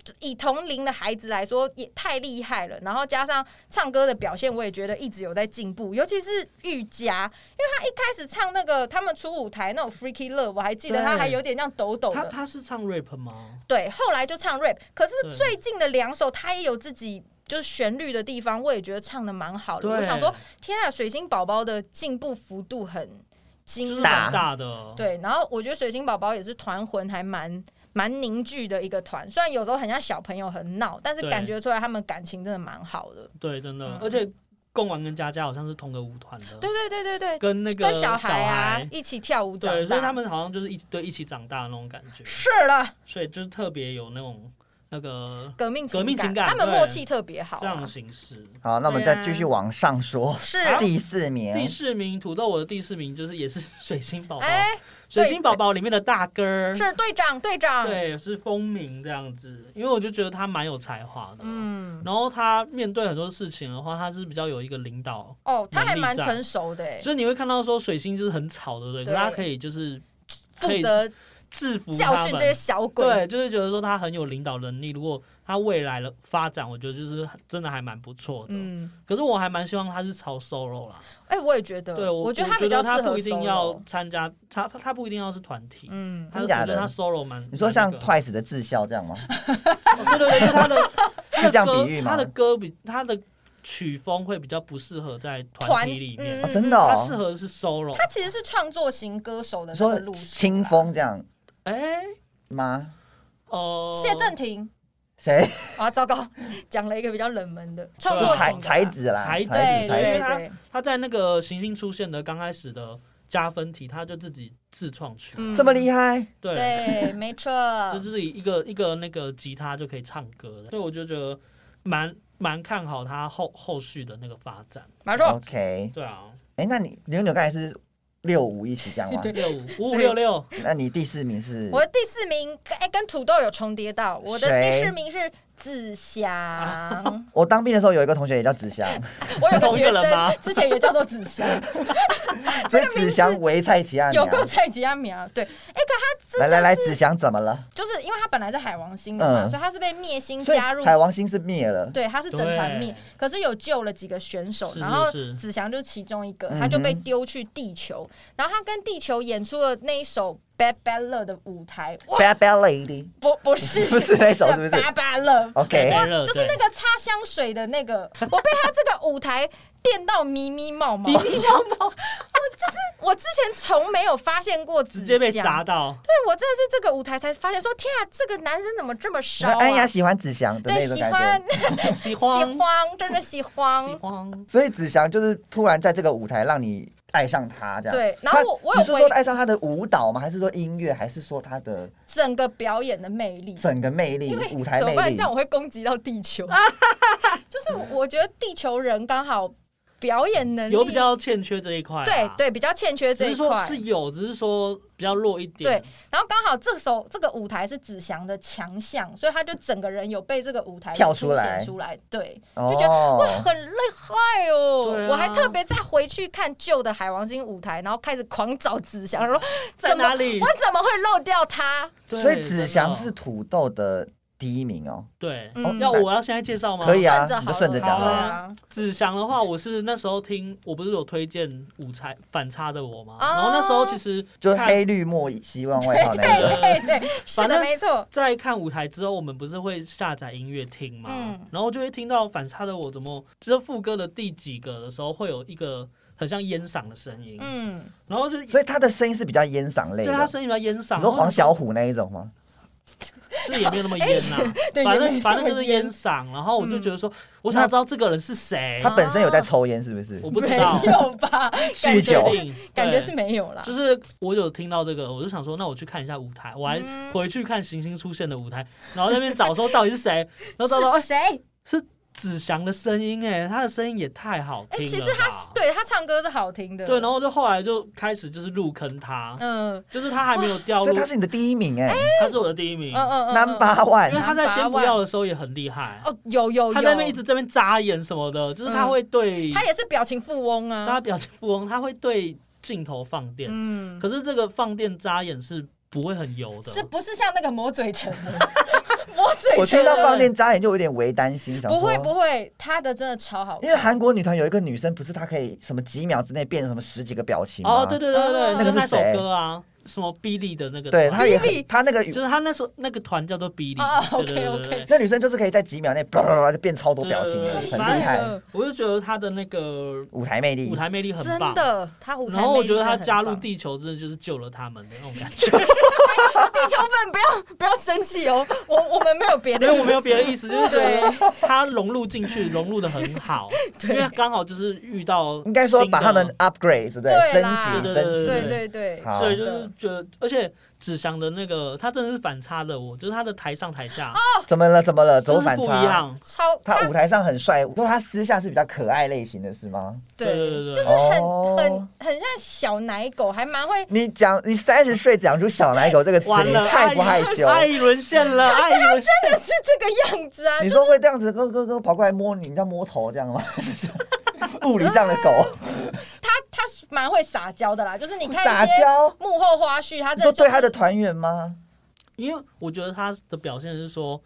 S2: 就以同龄的孩子来说，也太厉害了。然后加上唱歌的表现，我也觉得一直有在进步，尤其是玉佳，因为他一开始唱那个他们出舞台那种 Freaky Love，我还记得
S3: 对
S2: 他还有点这样抖抖
S3: 他
S2: 的。
S3: 他是唱 rap 吗？
S2: 对，后来就唱 rap，可是
S3: 对
S2: 最近的两首他也有自己就是旋律的地方，我也觉得唱的蛮好的。
S3: 对，
S2: 我想说，天啊，水星宝宝的进步幅度很
S3: 就是
S2: 惊人。
S3: 蛮大的，，哦
S2: 对，然后我觉得水晶宝宝也是团魂还蛮蛮凝聚的一个团，虽然有时候很像小朋友很闹，但是
S3: 对
S2: 感觉出来他们感情真的蛮好的。
S3: 对，真的
S2: 嗯，
S3: 而且贡丸跟佳佳好像是同个舞团的，
S2: 对对对对对，
S3: 跟那个
S2: 跟小孩啊
S3: 孩
S2: 一起跳舞长大，
S3: 对，所以他们好像就是一对一起长大的那种感觉，
S2: 是了
S3: 所以就是特别有那种那个
S2: 革命
S3: 革命情感
S2: 他们
S3: 对
S2: 默契特别好
S3: 这样的
S2: 啊。
S3: 形式。
S1: 好，那我们
S3: 对啊
S1: 再继续往上说，
S2: 是，
S1: 第四名，
S3: 啊第四名土豆，我的第四名就是也是 水星宝宝，
S2: 哎，
S3: 水星宝宝里面的大哥儿，
S2: 是啊队长队长，
S3: 对，是风鸣这样子，因为我就觉得他蛮有才华的，
S2: 嗯，
S3: 然后他面对很多事情的话，他是比较有一个领导，
S2: 哦，他还
S3: 能力
S2: 蛮
S3: 在
S2: 成熟的欸，
S3: 所以你会看到说水星就是很吵，对不对？
S2: 对
S3: 可是他可以就是
S2: 负
S3: 可以
S2: 责
S3: 制服
S2: 教
S3: 他
S2: 训
S3: 们
S2: 这些小鬼。
S3: 对，就是觉得说他很有领导能力。如果他未来的发展，我觉得就是真的还蛮不错的。
S2: 嗯，
S3: 可是我还蛮希望他是朝 solo 啦。
S2: 哎，我也觉得，
S3: 对，我
S2: 我
S3: 我
S2: 觉
S3: 觉
S2: 得他比较适
S3: 他
S2: 合
S3: 不一定要
S2: solo，
S3: 参加，他他不一定要是团体。
S2: 嗯，
S3: 他
S1: 真
S3: 我
S1: 假
S3: 觉
S1: 的
S3: 得他 solo 蛮，
S1: 你说像
S3: 蛮
S1: Twice 的智孝这样 吗？
S3: 那个对对对，就是他的 他
S1: 是
S3: 的
S1: 这样
S3: 歌
S1: 比喻吗
S3: 他的歌比他的曲风会比较不适合在团
S2: 团嗯
S3: 体里面，
S1: 哦真的哦
S3: 他适合的是 solo
S2: 他。其实是创作型歌手的
S1: 你
S2: 那
S1: 说
S2: 个路啊
S3: 啊
S2: 数啦
S1: 清。风这样
S3: 哎，
S1: 吗？
S3: 哦，
S2: 谢震廷
S1: 谁？
S2: 啊，糟糕， 讲了一个比较冷门的创
S3: 对
S2: 作
S1: 才
S2: 型的
S1: 才，子啦，
S3: 才
S2: 对
S3: 子
S1: 子才
S2: 对
S1: 子，
S2: 对，
S3: 他在那个行星出现的刚开始的加分题，他就自己自创曲，
S2: 嗯
S1: 这么厉害，
S3: 对。
S2: 对，没错，
S3: 这就是一个一个那个吉他就可以唱歌的，所以我就觉得蛮蛮看好他后后续的那个发展。
S2: 没错，
S1: OK，
S3: 对啊，
S1: 哎、那你牛牛刚才是六五一起讲吗？
S3: 六五五
S2: 所
S3: 五
S2: 以
S3: 六六，
S1: 那你第四名是
S2: 我的第四名，哎，跟土豆有重叠到，我的
S1: 谁
S2: 第四名是子 祥，
S1: 我当兵的时候有一个同学也叫子祥，
S2: 我有个
S3: 同一
S2: 学
S3: 个人吗
S2: 生之前也叫做子祥，
S1: 所以子祥为蔡奇亚
S2: 有
S1: 娘。
S2: 够蔡吉安苗，啊对，
S1: 来来来，子祥怎么了？
S2: 就是因为他本来是海王星的嘛，
S1: 嗯
S2: 所以他是被灭星
S1: 所以
S2: 加入
S1: 海王星是灭了，
S2: 对，他是整团灭
S3: 对，
S2: 可是有救了几个选手，
S3: 是
S2: 然后
S3: 是是
S2: 子祥就是其中一个，
S1: 嗯哼
S2: 他就被丢去地球，然后他跟地球演出了那一首《Bad Bad Love》的舞台，哇
S1: Bad Bad Lady
S2: 不不是
S1: 不是那首是不是哦
S2: Bad Bad Love》。
S1: OK，
S3: Bad
S2: 哇
S3: Bad Love，
S2: 就是那个擦香水的那个，我被他这个舞台电到咪咪冒冒，
S3: 咪
S2: 咪冒冒，我就是我之前从没有发现过子
S3: 直
S2: 祥，
S3: 接被砸到。
S2: 对我真的是这个舞台才发现说，天啊，这个男生怎么这么
S1: 你
S2: 烧
S1: 看
S2: 啊？
S1: 安雅喜欢子祥的
S2: 对，
S1: 那种
S2: 喜
S1: 感
S2: 欢
S1: 觉，
S3: 喜欢
S2: 喜欢，真的喜欢
S3: 喜，欢，
S1: 所以子祥就是突然在这个舞台让你爱上他这样。
S2: 对然后
S1: 他
S2: 我我有
S1: 你是说
S2: 回
S1: 爱上他的舞蹈吗？还是说音乐？还是说他的
S2: 整个表演的魅力。
S1: 整个魅力
S2: 因为、
S1: 舞台
S2: 怎么
S1: 魅
S2: 办？
S1: 力
S2: 这？样我会攻击到地 球。就是我我觉得地球人刚好表演能力
S3: 有比较欠缺这一块啊。
S2: 对对比较欠缺这
S3: 只
S2: 一
S3: 是说
S2: 块
S3: 是。有，只是说比较弱一点。
S2: 对，然后刚好这首这个舞台是子祥的强项，所以他就整个人有被这个舞台
S1: 跳
S2: 出
S1: 出来
S2: 现出来，对，
S1: 哦，
S2: 就觉得哇很厉害哦！
S3: 对啊
S2: 我还特别再回去看旧的海王星舞台，然后开始狂找子祥，说
S3: 在
S2: 怎么
S3: 哪里
S2: 我？怎么会漏掉他？
S3: 对
S1: 所以子祥
S3: 真
S1: 是
S3: 的
S1: 土豆的第一名哦。
S3: 对，
S2: 嗯
S3: 要我要现在介绍吗？
S1: 可以啊
S2: 顺
S1: 你
S2: 着好
S1: 就
S2: 了
S1: 顺着
S3: 讲
S2: 对啊，
S3: 子祥的话，我是那时候听，我不是有推荐五彩反差的我吗？
S2: 哦
S3: 然后那时候其实
S1: 就是
S3: 看
S1: 黑绿墨希望外套那
S2: 对
S1: 个，
S2: 对对，是
S3: 反
S2: 的，
S3: 正
S2: 没错。
S3: 在看舞台之后，我们不是会下载音乐听嘛，
S2: 嗯
S3: 然后就会听到反差的我怎么，就是副歌的第几个的时候，会有一个很像烟嗓的声音，
S2: 嗯，
S3: 然后就是
S1: 所以他的声音是比较烟嗓类
S3: 对
S1: 的。
S3: 他声音比较烟嗓，
S1: 你说黄
S3: 小
S1: 小虎那一种吗？
S3: 是也没有那么烟呐、
S2: 哎对，
S3: 反
S2: 也没
S3: 正反
S2: 那嗯
S3: 正
S2: 么
S3: 就是
S2: 严
S3: 烟嗓，然后我就觉得说，我想知道这个人是谁
S1: 他，本身有在抽烟，是不是
S3: 哎我？不知道
S2: 没，有吧？
S1: 酗酒
S3: 不确定
S2: 感觉
S3: 对
S2: 是没有啦。
S3: 就是我有听到这个，我就想说，那我去看一下舞台，我还
S2: 嗯
S3: 回去看行星出现的舞台，然后在那边找说到底是谁，然后找到哎
S2: 是谁？
S3: 子祥的声音，哎，他的声音也太好
S2: 哎、
S3: 听了
S2: 其
S3: 吧。
S2: 实他对他唱歌是好听的，
S3: 对，然后就后来就开始就是入坑他，
S2: 嗯哦
S3: 就是他还没有掉
S1: 所以
S3: 入
S1: 他，是你的第一名哎、
S3: 他是我的第一
S2: 嗯，
S3: 名
S2: 嗯嗯嗯
S1: number
S3: 因
S1: one，
S3: 为他在先不要的时候也很厉害，
S2: 哦，有有有，嗯
S3: 他在那边一直这边眨眼什么的，就是他会对
S2: 他也是表情富翁
S3: 大
S2: 啊，
S3: 家表情富翁，他会对镜头放电，
S2: 嗯，
S3: 可是这个放电眨眼是不会很油的，
S2: 是不是像那个磨嘴唇 的磨嘴
S1: 我
S2: 唇
S1: 听
S2: 的
S1: 到放电眨眼就有点微担心，想
S2: 不
S1: 说
S2: 会不会，他的真的超好看，
S1: 因为韩国女团有一个女生，不是她可以什么几秒之内变成什么十几个表情吗
S3: 哦，对对对对，
S2: 嗯
S3: 就
S1: 那个是
S3: 那首
S1: 谁
S3: 歌啊，什么 Billy 的那个团，
S1: 对，她也
S2: Billy
S1: 很她那个
S3: 就是他那时候那个团叫做 Billy，
S2: 哦
S3: 对对对对
S2: OK，OK
S3: 对
S1: 那女生就是可以在几秒内叭叭叭叭就变超多表情的，
S3: 对对
S1: 很
S3: 对
S1: 厉
S2: 太
S1: 害
S2: 了，
S3: 我就觉得他的那个
S1: 舞台魅力
S3: 舞。台魅力很
S2: 真
S3: 棒，
S2: 的，他舞台
S3: 然后我
S2: 魅力
S3: 觉得
S2: 真的
S3: 他
S2: 很
S3: 加入
S2: 棒
S3: 地球真的就是救了他们的那种感 觉，
S2: 地球粉不要不要生气哦，我我们没有别的
S3: 因
S2: 意思，
S3: 为我没有别的意思，就是觉
S2: 对
S3: 得他融入进去，融入的很 好，因为刚好就是遇到
S1: 应该说把他们
S3: 新
S1: upgrade 对不对？
S2: 对啦
S1: 升级升级。
S2: 对对对，
S1: 好
S3: 的，所以
S1: 啊
S3: 就是觉得，而且子祥的那个他真的是反差的，我就是他的台上台下
S1: 怎么了？哦怎么了？
S3: 就
S1: 走
S3: 是
S1: 反
S3: 不一
S1: 差。
S3: 样，
S2: 超
S1: 他舞台上很帅，说他私下是比较可爱类型的是吗？
S3: 对对对对
S2: 就是很、
S1: 哦
S2: 很很像小奶狗，还蛮会。
S1: 你讲你三十岁讲出“小奶狗”这个词，
S3: 完
S1: 你
S3: 了，哎
S1: 害不害羞？
S3: 爱一沦陷了， 爱一沦陷。
S2: 真的是这个样子啊！
S1: 你
S2: 就
S1: 说会这样子，咯咯咯跑过来摸你，你要摸头这样吗？物理上的狗，
S2: 他他是蛮会撒娇的啦，就是你看
S1: 撒
S2: 一些
S1: 娇。
S2: 幕后花絮，他
S1: 你
S2: 真的、
S1: 说
S2: 就是、
S1: 对他的团员吗？
S3: 因为我觉得他的表现是说，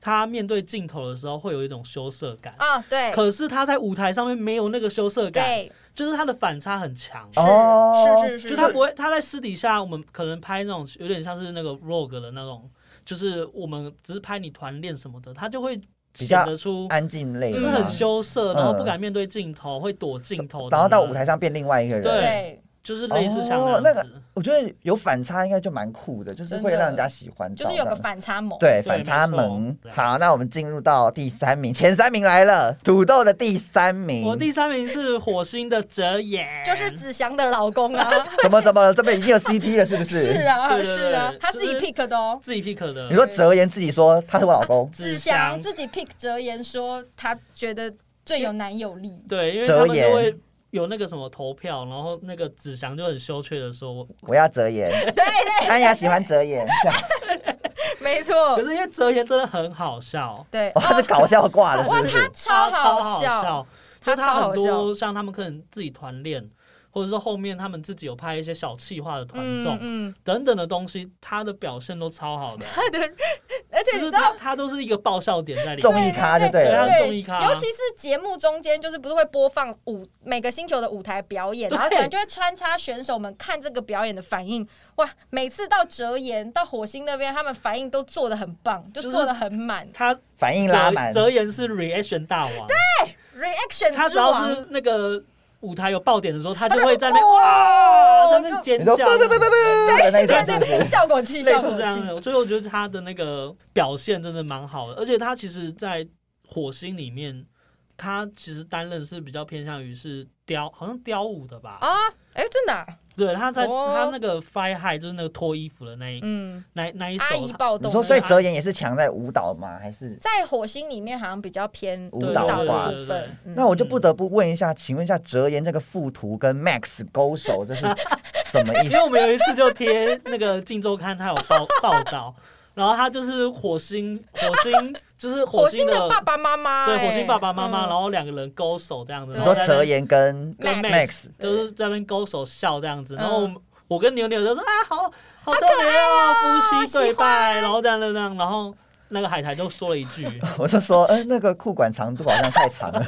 S3: 他面对镜头的时候会有一种羞涩感，
S2: 啊，对
S3: 可是他在舞台上面没有那个羞涩感，
S2: 对，
S3: 就是他的反差很强。
S1: 哦哦
S2: 是是是
S3: 就是他不会，他在私底下我们可能拍那种有点像是那个 vlog 的那种，就是我们只是拍你团练什么的，他就会显得出
S1: 安静类
S3: 就
S1: 的
S3: 是
S1: 吗，
S3: 很羞涩，
S1: 嗯
S3: 然后不敢面对镜头，会躲镜头，
S1: 然后到舞台，上变另外一个人。
S3: 对
S2: 对，
S3: 就是类似像
S1: 哦
S3: 那样子。
S1: 我觉得有反差应该就蛮酷的，就是会让人家喜欢到
S2: 就
S1: 这
S2: 是有
S1: 样
S2: 个反差萌。
S1: 对
S3: 对
S1: 反差萌
S3: 没错。对
S1: 好，那我们进入到第三名，前三名来了，土豆的第三名。
S3: 我第三名是火星的哲言，
S2: 就是子祥的老公啊，
S1: 怎么怎么了？这边已经有 CP 了，是不 是？
S2: 是啊
S3: 对对对
S2: 是啊
S3: 就，是
S2: 他自己 pick 的哦。
S3: 自己 pick 的
S1: 你。说哲言自己说他是我老 公，
S2: 子
S3: 子
S2: 祥
S3: 祥
S2: 自己 pick 哲言说，他觉得最有男友力。
S3: 对，因为他们
S1: 哲言
S3: 就会有那个什么投票，然后那个子祥就很羞怯的说，
S1: 我要哲言。对对，安雅喜欢哲言，这样
S2: 没错
S3: 可，是因为哲言真的很好笑，
S2: 对，
S1: 哦，他是搞笑挂的，
S2: 哇，
S1: 是不
S2: 他
S1: 是？
S2: 超
S3: 超
S2: 好笑，
S3: 笑，就
S2: 他超
S3: 他
S2: 好
S3: 很
S2: 笑
S3: 多像他们可能自己团练，或者是后面他们自己有拍一些小气化的团综、
S2: 嗯，
S3: 等等的东西，他的表现都超好的，
S2: 他的，而且
S3: 就
S2: 你
S3: 是
S2: 知道
S3: 他。他都是一个爆笑点在里
S1: 综
S3: 面。
S1: 艺咖就对
S3: 对
S1: 了
S3: 他是
S2: 对，
S3: 综艺咖
S2: 尤其是节目中间，就是不是会播放舞每个星球的舞台表 演，
S3: 对
S2: 然后可能就会穿插选手们看这个表演的反应。哇，每次到哲言到火星那边，他们反应都做的很棒，就
S3: 就是
S2: 做的很满、
S3: 他
S1: 反应拉
S3: 哲
S1: 满。
S3: 哲言是 reaction 大王，
S2: r e a c t i o
S3: 他
S2: n
S3: 只
S2: 之
S3: 要
S2: 王。
S3: 是那个舞台有爆点的时候，他就
S2: 就
S3: 会在那边
S2: 哇
S3: 哇，在那
S2: 就
S3: 边尖
S1: 你说
S3: 叫，啊
S1: 不不不不不的那一种是不是？
S2: 效果器，
S3: 类
S2: 效
S3: 似
S2: 果
S3: 这样
S2: 器，
S3: 的，所以我觉得他的那个表现真的蛮好的，而且他其实，在火星里面，他其实担任是比较偏向于是雕，好像雕舞的吧？
S2: 啊！哎、真的啊、
S3: 对，他在、
S2: 哦
S3: 他那个 Fire High 就是那个脱衣服的那一、
S2: 嗯，
S3: 那那一
S2: 阿姨
S3: 首，
S2: 暴动。
S1: 你说所以哲言也是强在舞蹈吗？还是？
S2: 在火星里面好像比较偏
S1: 舞
S2: 舞
S1: 蹈吧
S2: 蹈的部
S3: 对对
S2: 分
S3: 对对。
S2: 嗯
S1: 那我就不得不问一下，请问一下哲言这个附图跟 Max 勾手，这是什么意
S3: 因
S1: 思？
S3: 为我们有一次就贴那个《镜周刊》，他有报报道，然后他就是火星火星就是
S2: 火
S3: 星
S2: 星的爸爸妈妈，
S3: 对
S2: 哎
S3: 火星爸爸妈妈，
S2: 嗯
S3: 然后两个人勾手这样子，
S2: 对
S1: 你
S3: 然后
S1: 说
S3: 在那
S1: 哲言跟
S3: 跟
S1: Max，
S3: 就是在那边勾手笑这样子，
S2: 嗯
S3: 然后我们我跟牛牛就说啊，好好特别哦，夫妻对拜，然后这样这样，然后那个海苔就说了一 句，
S1: 我就说，嗯、那个裤管长度好像太长了。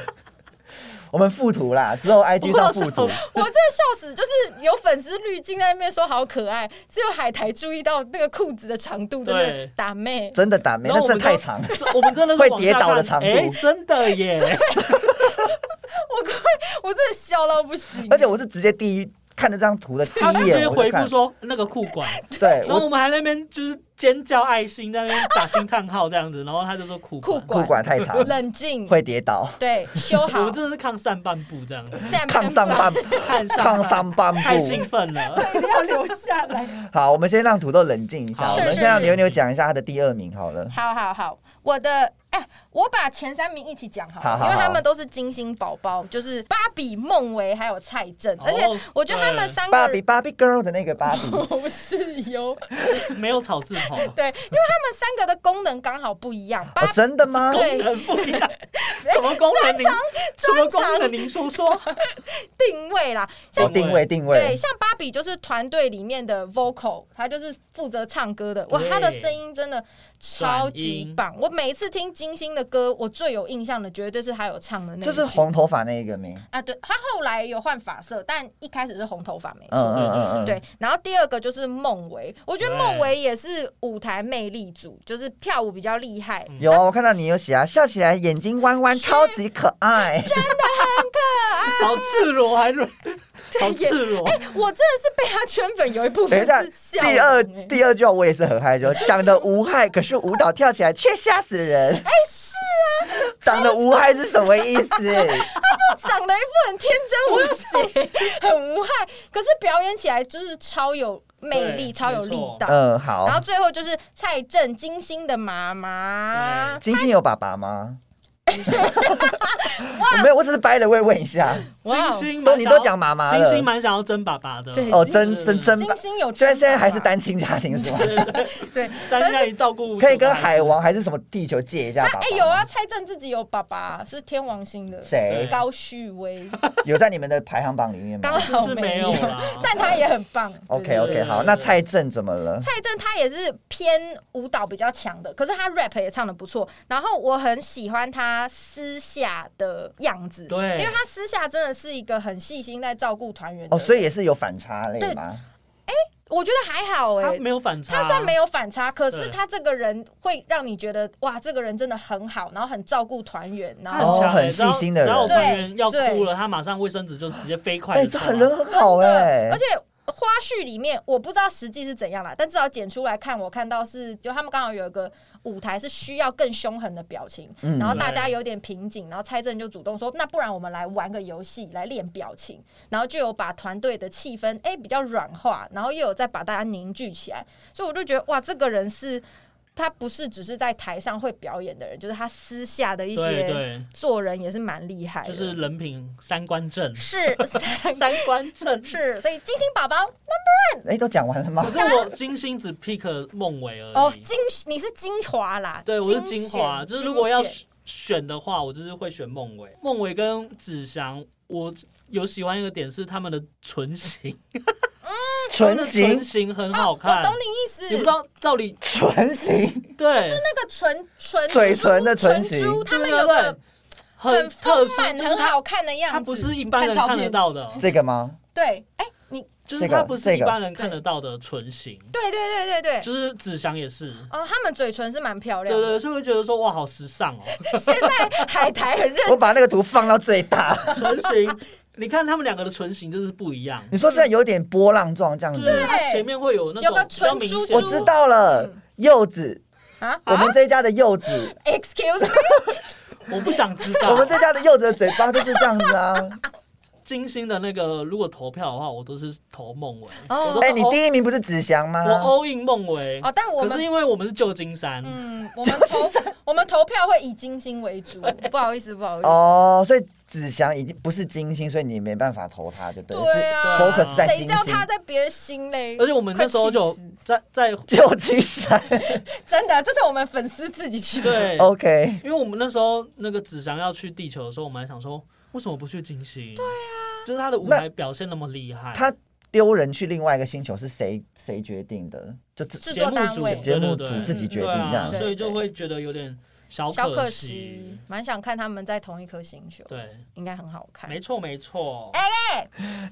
S1: 我们附图啦，之后 IG 上 附图，
S2: 我真的笑死，就是有粉丝滤镜在那边说好可爱，只有海苔注意到那个裤子的长度，真的
S3: 对
S2: 打妹。
S1: 真的打没，那
S3: 然后我
S1: 真
S3: 们
S1: 的太
S3: 就
S1: 长。
S3: 这我们真的是
S1: 会
S3: 往
S1: 跌
S3: 下
S1: 倒的
S3: 看
S1: 长度
S3: 哎， 真的耶，
S2: 我快，我真的笑到不行。
S1: 而且我是直接第一看着这张图的第
S3: 他
S1: 一
S3: 直接
S1: 眼，我就
S3: 回
S1: 看
S3: 复，说那个裤管，
S1: 对
S3: 然后
S1: 我
S3: 我们还在那边就是尖叫爱心，在那边打惊叹号这样子，然后他就说裤
S2: 裤
S3: 管，
S2: 管
S1: 裤管太长，
S2: 冷静，
S1: 会跌倒。
S2: 对，修
S3: 我
S2: 好
S3: 们，真的是抗上半部这样子，
S2: 散
S1: 抗上 半，
S3: 看
S1: 抗
S3: 上
S1: 上半
S3: 太兴
S1: 部。
S3: 奋了，
S2: 一定要留下来。
S1: 好，我们先让土豆冷静一下，
S3: 好
S1: 我们
S2: 是
S1: 先让
S2: 是
S1: 牛牛讲一下他的第二名好了。
S2: 好好好，我的哎，我把前三名一起讲好了，
S1: 好好好
S2: 因为他们都是金星宝宝，就是芭比、孟维还有蔡振，而且
S3: 哦
S2: 我觉得他们三个
S1: 芭比芭比 girl 的那个芭比，
S2: 不是有
S3: 没有草字头，
S2: 对，因为他们三个的功能刚好不一样。芭
S1: 哦，真的吗？
S2: 对
S3: 功能不一 样，什么功能您什么功能您说说？
S2: 定位啦，
S1: 哦，
S2: 像
S1: 定位定
S2: 对，
S1: 位，
S2: 像芭比就是团队里面的 vocal，他就是负责唱歌的。哇，
S3: 对
S2: 他的声音真的超
S3: 转
S2: 级
S3: 音
S2: 棒！我每次听金星的歌，我最有印象的绝对是他有唱的那一
S1: 就是
S2: 句
S1: 红头发那一个没？
S2: 啊，对他后来有换发色，但一开始是红头发没
S1: 嗯
S2: 错。
S1: 嗯嗯嗯，
S2: 对，然后第二个就是孟维，我觉得
S3: 对
S2: 孟维也是舞台魅力组，就是跳舞比较厉害，
S1: 有啊，我看到你有写啊，笑起来眼睛弯弯，
S2: 是
S1: 超级可爱。
S3: 好赤裸，还是好
S2: 对，也
S3: 赤裸？
S2: 哎我真的是被他圈粉，有一部分
S1: 等一下
S2: 是，笑容、
S1: 第二
S2: 哎
S1: 第二句我也是很害 羞，长得无害，可是舞蹈跳起来却吓死人。哎，是啊，长得无害是什么意 思？
S2: 长得一副很天真无邪、很无害，可是表演起来就是超有魅力、
S3: 对
S2: 超有
S3: 没
S2: 力
S3: 错
S2: 道。
S1: 嗯，好
S2: 然。后最后就是蔡振金星的妈妈，
S1: 金星有爸爸 吗？我没有，我只是掰了位问一下。
S2: 哇
S3: 金
S2: 哦
S3: 星
S1: 都
S3: 蛮
S1: 你
S3: 想要
S1: 都讲妈妈
S3: 金星
S1: 了，
S3: 蛮想要争爸爸的，
S2: 对
S1: 哦，
S2: 金
S1: 真真真爸
S2: 金，星有
S1: 虽然
S2: 真
S1: 现在还
S2: 爸嗯
S1: 是
S2: 爸
S1: 单亲家庭是吗？
S3: 对对对，
S2: 对，
S3: 但是那里照顾
S1: 可以跟海王还是什么地球借一下爸爸
S2: 哎、
S1: 吗？
S2: 有啊，蔡振自己有爸爸是天王星的
S1: 谁
S2: 高旭威，
S1: 有在你们的排行榜里面
S2: 刚
S1: 吗
S2: 好
S3: 是
S2: 没
S3: 没有啦
S2: 但他也很棒。
S1: ？OK
S2: 对对对
S1: OK，好，那蔡正怎么了？
S2: 蔡振他也是偏舞蹈比较强的，可是他 rap 也唱的不错。然后我很喜欢他私下的样子，
S3: 对
S2: 因为他私下真的是一个很细心在照顾团员的。
S1: 哦，所以也是有反差类吗？
S2: 我觉得还好哎、
S3: 他没有反差，啊
S2: 他虽然没有反差，可是
S3: 对
S2: 他这个人会让你觉得哇，这个人真的很好，然后很照顾团员，然
S3: 他
S2: 后
S1: 哦
S3: 很强欸，
S1: 很细心的
S3: 只
S1: 人
S3: 要我团员要
S2: 对
S3: 哭了，他马上卫生纸就直接飞快
S1: 哎，
S3: 地
S1: 这
S3: 冲啊。
S1: 很人很好哎
S2: 而，且。花絮里面我不知道实际是怎样啦，但至少剪出来看，我看到是就他们刚好有一个舞台是需要更凶狠的表情，
S1: 嗯
S2: 然后大家有点瓶颈，然后蔡政就主动说，那不然我们来玩个游戏来练表情，然后就有把团队的气氛哎、比较软化，然后又有再把大家凝聚起来，所以我就觉得哇，这个人是他不是只是在台上会表演的人，就是他私下的一
S3: 对
S2: 些
S3: 对，
S2: 做人也是蛮厉害的，。
S3: 就是 人品三观正
S2: 是
S3: 三观正
S2: 是，所以金星宝宝
S1: 哎，都讲完了吗
S3: 可？是我金星只 pick 孟伟而已。
S2: 哦，精你是精华啦，
S3: 对，我是
S2: 精
S3: 精华，
S2: 选
S3: 就是如果要
S2: 精选
S3: 选选的话，我就是会选孟伟。孟伟跟子祥，我有喜欢一个点是他们的 唇形，他
S1: 唇
S3: 们的
S1: 形
S3: 唇，形很
S2: 哦，
S3: 好看。
S2: 我懂你意思，
S3: 你不知道道理
S1: 唇 形，
S3: 对，
S2: 那个唇唇
S1: 嘴唇的唇
S2: 唇
S1: 形
S2: 珠，他们
S3: 对
S2: 有
S3: 对对
S2: 个很
S3: 特
S2: 丰
S3: 殊，
S2: 满、
S3: 就是
S2: 很
S3: 它，
S2: 好看的样子，
S3: 它不是一般人
S2: 看照
S3: 看得
S2: 片。
S3: 到的，哦
S1: 这个吗？
S2: 对，哎，你
S3: 就是
S1: 这
S3: 它
S1: 个
S3: 不是
S1: 这
S3: 一
S1: 个
S3: 般人看得到的唇形，
S2: 对对对对对，
S3: 就是子祥也是。
S2: 哦，他们嘴唇是蛮漂
S3: 对
S2: 亮
S3: 对，
S2: 的
S3: 对，。所以会觉得说哇，好时 尚哦，
S2: 现在海苔很 认
S1: 我把那个图放到最大。
S3: 唇形。你看他们两个的唇形就是不一样，
S1: 你说现在有点波浪状这样
S3: 就
S1: 子，
S3: 是它前面会有那
S2: 嗯有个
S3: 种比较
S2: 唇
S3: 明
S2: 珠
S3: 显
S1: 我
S3: 的，
S1: 知道了
S2: 嗯，
S1: 柚子，
S2: 啊
S1: 我们这一家的柚子，
S2: ，excuse me，
S3: 我不想知 道。
S1: 我们这家的柚子的嘴巴就是这样子啊。
S3: 金星的那个，如果投票的话，我都是投孟伟。
S2: 哦
S3: 我都是
S1: 哎，你
S3: all-
S1: 第一名不是子祥吗
S3: 我？all in 孟伟。
S2: 哦，但我
S3: 可是
S2: 们。
S3: 因为我们是旧金山，
S2: 嗯，我们投我们投票会以金星为主，不好意思，不好意思。
S1: 哦，所以子祥已经不是金星，所以你没办法投他，对不对？
S2: 对啊
S1: 是 focus 在
S2: 谁
S1: 金
S2: 叫
S1: 星
S2: 他，在别人心嘞？
S3: 而且我们那时候就
S2: 快气
S3: 在 在
S1: 旧金山。
S2: 真的，这是我们粉丝自己去的。
S3: 对，
S1: OK，
S3: 因为我们那时候那个子祥要去地球的时候，我们还想说，为什么不去金星？对啊，就是他的舞台表现那么厉害，
S1: 他丢人去另外一个星球是谁谁决定的？就自
S2: 制
S3: 节
S2: 作
S3: 目
S2: 单
S3: 组
S2: 位
S1: 节目
S3: 对对
S1: 组
S3: 对
S1: 自己决定
S3: 对啊
S1: 这样
S3: 所以就
S2: 对对
S3: 会觉得有点小
S2: 小可
S3: 惜
S2: 惜。，蛮想看他们在同一颗星球，
S3: 对，
S2: 应该很好看。
S3: 没错没错。
S2: 哎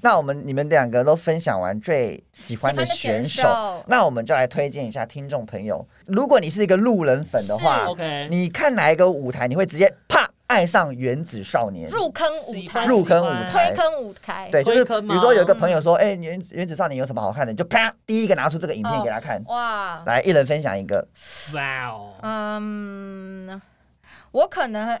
S1: 那我们你们两个都分享完最喜欢的选
S2: 喜
S1: 手，
S2: 欢的选手
S1: 那我们就来推荐一下听众朋友。如果你是一个路人粉的话
S2: 是
S3: OK，
S1: 你看哪一个舞台，你会直接啪爱上原子少年？
S2: 入坑舞
S3: 喜
S2: 台
S3: 欢，
S1: 入坑舞
S3: 喜
S1: 台
S2: 推坑舞台，
S1: 对，就是
S3: 推
S1: 比
S3: 坑吗
S1: 如说有一个朋友说，哎、原原子少年有什么好看的？你就啪第一个拿出这个影片给他看，
S2: 哇，
S1: 来一人分享一个。
S3: 欢哇哦，
S2: 嗯，我可能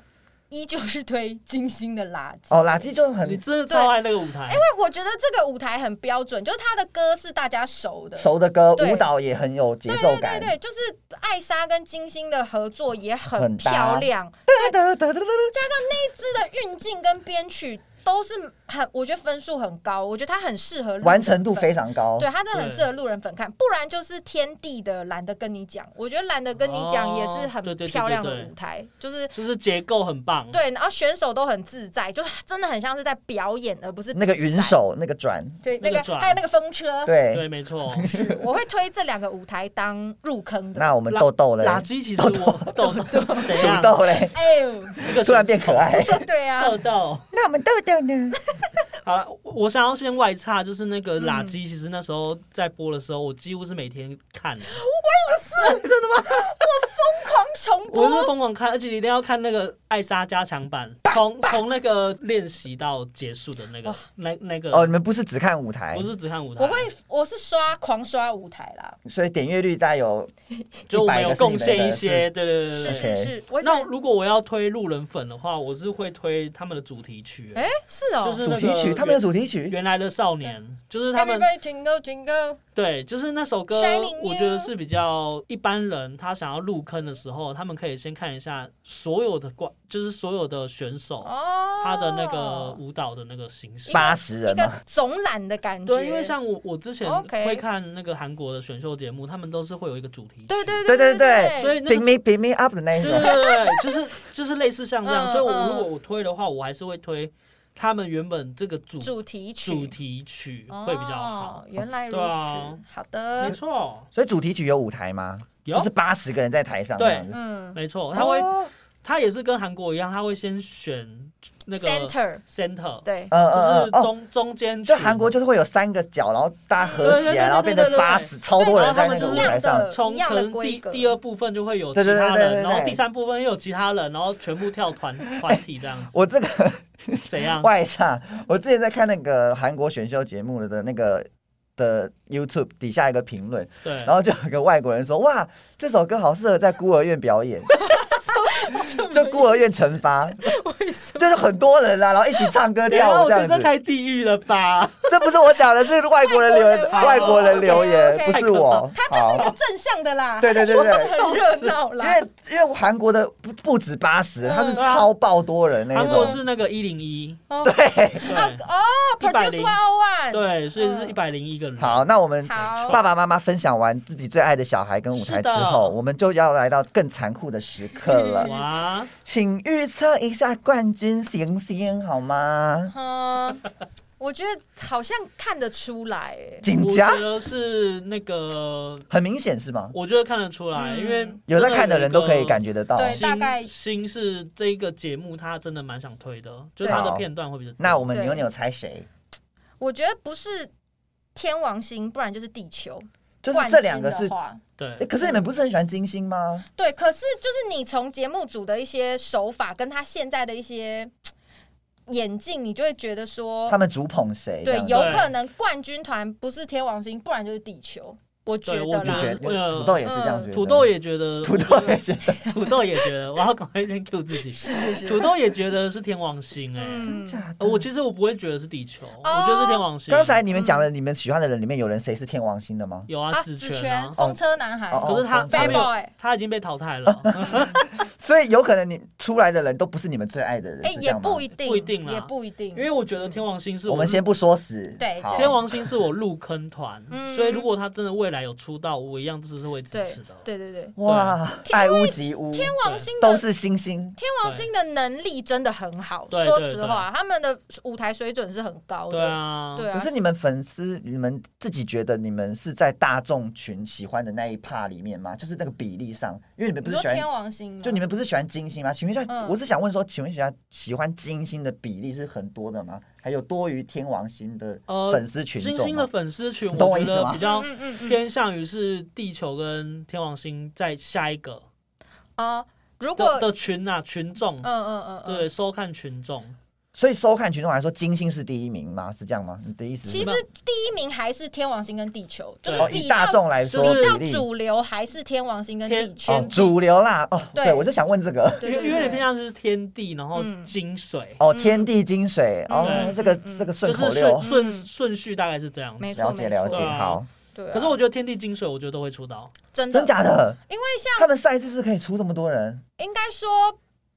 S2: 依旧是推金星的垃圾。
S1: 哦，垃圾就
S3: 你
S1: 很
S3: 真的超爱那个舞台
S2: 因，为我觉得这个舞台很标准，就是他的歌是大家熟的，
S1: 熟的歌，
S2: 对
S1: 舞蹈也很有节
S2: 对
S1: 奏
S2: 对
S1: 感
S2: 对。对，就是艾莎跟金星的合作也很
S1: 很搭
S2: 漂亮，
S1: 哒哒哒哒哒
S2: 这支的运镜跟编曲都是很，我觉得分数很高，我觉得它很适合路人
S1: 完成度
S2: 粉
S1: 非常高。
S2: 对，它真的很适合路人粉看，不然就是天地的懒得跟你讲，我觉得懒得跟你讲
S3: 哦
S2: 也是很
S3: 对对对
S2: 漂亮
S3: 对
S2: 的
S3: 对
S2: 舞台，就是
S3: 就是结构很棒。
S2: 对，然后选手都很自在，就是真的很像是在表演，而不是
S1: 那个
S2: 比赛
S1: 云，手那个转，
S2: 对，
S3: 那
S2: 那
S3: 个
S2: 个
S3: 转
S2: 还有那个风车，
S1: 对，
S3: 对，没错。
S2: 是我会推这两个舞台当入坑的。
S1: 那我们豆豆嘞，
S3: 垃圾其实我豆豆怎
S1: 土
S3: 样？
S1: 豆嘞，
S2: 哎呦，
S3: 那个
S1: 突然变可爱。
S2: 对 啊，
S3: 豆豆。
S1: 那我们豆豆呢？
S3: 好了，我我想要先外插，就是那个垃
S2: 嗯
S3: 圾，其实那时候在播的时候，我几乎是每天看的，
S2: 狂重
S3: 我就是
S2: 播，
S3: 疯狂看，而且一定要看那个艾莎加强版，从从那个练习到结束的那个
S2: 哇
S3: 那那
S1: 哦，
S3: 个，
S1: 你们不是只看舞台
S3: 不，是只看舞台，
S2: 我会我是刷狂刷舞台啦，
S1: 所以点阅率大概有
S3: 就我们
S1: 100
S3: 有
S1: 个是你
S3: 贡
S1: 们
S3: 献一
S1: 的
S3: 些，对对对
S2: 是
S3: 对对。
S2: 是是，我也
S3: 那
S2: 是
S3: 如果我要推路人粉的话，我是会推他们的主题曲，
S2: 哎是
S3: 就
S2: 哦
S3: 是
S1: 主
S3: 那
S1: 题
S3: 个
S1: 曲，他们的主题曲
S3: 原来的少年，就是他们
S2: ，Everybody Jingle Jingle，
S3: 对，就是那首歌
S2: Shining，
S3: 我觉得是比较一般人他想要入坑的时候，他们可以先看一下所有的关，就是所有的选手
S2: 哦，
S3: 他的那个舞蹈的那个形式。
S1: 八十
S2: 一
S1: 人哦嘛，
S2: 个总览的感觉，
S3: 对，因为像我我之前
S2: OK
S3: 会看那个韩国的选秀节目，他们都是会有一个主题曲，
S2: 对对
S1: 对
S2: 对
S1: 对
S2: 对，
S1: 对
S3: 所以那个
S1: pick me pick me up 的那一
S3: 对
S1: 种
S3: 对，对对，对就是就是类似像这样，
S2: 嗯
S3: 所以我
S2: 嗯
S3: 如果我推的话，我还是会推他们原本这个主
S2: 主题曲
S3: 主题曲会比较好
S2: 哦，原来如
S3: 对啊
S2: 此，好
S3: 没
S2: 的，
S3: 错，
S1: 所以主题曲有舞台吗？
S3: 有
S1: 就是八十个人在台上
S3: 对
S1: 这样子，
S2: 嗯
S3: 没错，他会
S1: 哦
S3: 他也是跟韩国一样，他会先选那个
S2: ，Center
S3: center，
S2: 对，
S1: 呃
S3: 就
S1: 呃
S3: 是
S1: 呃哦，
S3: 中中间
S1: 就
S3: 群
S1: 韩国就是会有三个角，然后大家合起
S3: 对对对对
S1: 来，然后变成
S3: 对对对
S1: 八十，超多人在那个舞台
S2: 对
S1: 上
S2: 对，
S3: 从
S2: 一样
S3: 可
S2: 的
S3: 能
S2: 规
S3: 第
S2: 格
S3: 第二部分就会有其
S1: 对对对
S3: 他
S1: 对对
S3: 人，
S1: 对
S3: 然后第三部分又有其他人，然后全部跳 团团体这样子，
S1: 我这个
S3: 怎样？
S1: 外差，我之前在看那个韩国选秀节目的那个的 YouTube 底下一个评论，
S3: 对，
S1: 然后就有个外国人说：“哇，这首歌好适合在孤儿院表演，就孤儿院惩罚，
S2: 为什么
S1: 就是很多人啊，然后一起唱歌
S3: 等一下
S1: 跳舞这
S3: 我觉
S1: 样
S3: 得这
S1: 子。
S3: 太地狱了吧？
S1: 这不是我讲的，是外国人留言，
S2: 外
S1: 外
S2: 国
S1: 国
S2: 人
S1: 人留言，
S2: OK，OK，
S1: 不是我。好，
S2: 正向的啦？
S1: 对对对对。”
S2: 很热闹
S1: 因
S2: 啦，
S1: 为因为韩国的不不止八十，他是
S3: 对啊
S1: 超爆多人那
S3: 韩
S1: 种
S3: 国，是那个一零一，
S2: 哦
S1: 对，
S2: 啊
S3: 对
S2: 哦，Produce
S3: 101
S2: One O One，
S3: 对，所以是
S2: 嗯
S3: 一百零一个人。
S1: 好，那我们
S2: 好
S1: 爸爸妈妈分享完自己最爱的小孩跟舞台之后，
S3: 是的嗯
S1: 我们就要来到更残酷的时刻了，
S3: 哇，
S1: 请预测一下冠军行星好吗？
S2: 嗯，我觉得好像看得出来，哎
S1: 紧
S3: 我
S1: 张
S3: 觉，得是那个，
S1: 很明显是吗？
S3: 我觉得看得出来，
S2: 嗯
S3: 因为
S1: 有在看的人都可以
S3: 感。
S1: 感觉得到。
S2: 对大
S3: 新
S2: 概
S3: 新是这一个节目，他真的蛮想推的，就是他的片段会比较多。
S1: 那我们
S2: 对
S1: 牛牛猜谁？
S2: 我觉得不是天王星，不然就是地球，
S1: 就是
S2: 冠军
S1: 这两个
S2: 的
S1: 是、
S2: 话
S1: 诶
S3: 对
S1: 可是你们不是很喜欢金星吗？
S2: 对，可是就是你从节目组的一些手法，跟他现在的一些嘖演镜，你就会觉得说
S1: 他，们主捧谁？这
S2: 哦对，
S1: 样子
S2: 有可能冠军团不是天王星，不然就是地球。我觉
S3: 对
S2: 得
S3: 我
S1: 你
S2: 啦
S1: 觉，
S3: 我觉
S1: 得
S3: 得
S1: 土豆也是这样觉得？
S3: 土豆也觉得，
S1: 土豆也觉得
S3: 土豆也觉得，我要赶快先 Q 自己。
S2: 是是是，
S3: 土豆也觉得是天王星哎、
S2: 嗯
S1: 真假
S3: 呃我
S1: 的？
S3: 其实我不会觉得是地球，
S2: 哦
S3: 我觉得是天王星。
S1: 刚才你们讲的
S2: 嗯
S1: 你们喜欢的人里面有人谁是天王星的吗？
S3: 有啊，
S2: 啊，
S3: 子
S2: 子
S3: 权
S2: 权
S3: 啊，
S2: 风车男孩哎
S1: 哦
S3: 可是他
S1: 哦
S3: 他
S2: ，Bad
S3: 没有，
S2: Boy，
S3: 他已经被淘汰了，
S1: 所以有可能你出来的人都不是你们最爱的人，
S2: 哎，
S1: 是这
S2: 也
S1: 样吗
S2: 不一定，
S3: 不一定啦
S2: 也不一定
S3: 因，为我觉得天王星是
S1: 我们先不说死，
S2: 对
S1: 好
S3: 天王星是我入坑团
S2: 嗯，
S3: 所以如果他真的未来有出道，我一样就是会支持的。
S2: 对对对，
S1: 哇，爱屋及乌，
S2: 天王星的
S1: 哦都是星星，
S2: 天王星的能力真的很好，
S3: 对
S2: 说
S3: 对
S2: 实话，他们的舞台水准是很高的，
S3: 对啊，
S2: 对啊，
S1: 可是你们粉丝，你们自己觉得你们是在大众群喜欢的那一 part 里面吗？就是那个比例上，因为你们不
S2: 你
S1: 是
S2: 说
S1: 喜欢
S2: 天，王星吗，
S1: 就你们不是喜欢金星吗？请问一下，
S2: 嗯
S1: 我是想问说，请问一下，喜欢金星的比例是很多的吗？还有多于天王星的
S3: 呃
S1: 粉丝群
S3: 星
S2: 哦
S1: 众
S3: 星
S1: 吗
S3: 的？粉丝群，
S1: 你懂
S3: 我
S1: 我
S3: 觉
S1: 意思
S3: 得
S1: 吗
S3: 比较
S2: 嗯嗯嗯嗯
S3: 偏向于是地球跟天王星在下一个
S2: 啊，如果
S3: 的的群啊群众，
S2: 嗯嗯嗯，嗯
S3: 对，收看群众，
S1: 所以收看群众来说，金星是第一名吗？是这样吗？你的意思是？
S2: 其实第一名还是天王星跟地球，就
S3: 对
S2: 是
S1: 哦，
S2: 比
S1: 以
S2: 较
S1: 大众来说，
S3: 就是
S2: 比较
S1: 比例
S2: 主流还是天王星跟
S3: 天
S2: 地球
S1: 哦，。主流啦哦，
S2: 对
S1: 对我就想问这个
S2: 对
S3: 因
S2: 对对
S3: 为因为你偏向是天地，然后
S2: 嗯
S3: 金水，
S1: 哦，
S2: 嗯
S1: 天地金水
S2: 嗯
S1: 哦
S3: 对，
S1: 这个
S2: 嗯嗯
S1: 这个顺
S3: 就
S1: 口
S3: 是
S1: 溜
S2: 口溜
S3: 顺顺
S2: 嗯
S3: 顺序大概是这样子
S2: 没。错
S1: 了解了解
S3: 对，啊
S1: 好，
S2: 对啊，
S3: 可是我觉得天地金水，我觉得都会出道。
S2: 真的
S1: 真假的？
S2: 因为像
S1: 他们赛制是可以出这么多人
S2: 应该说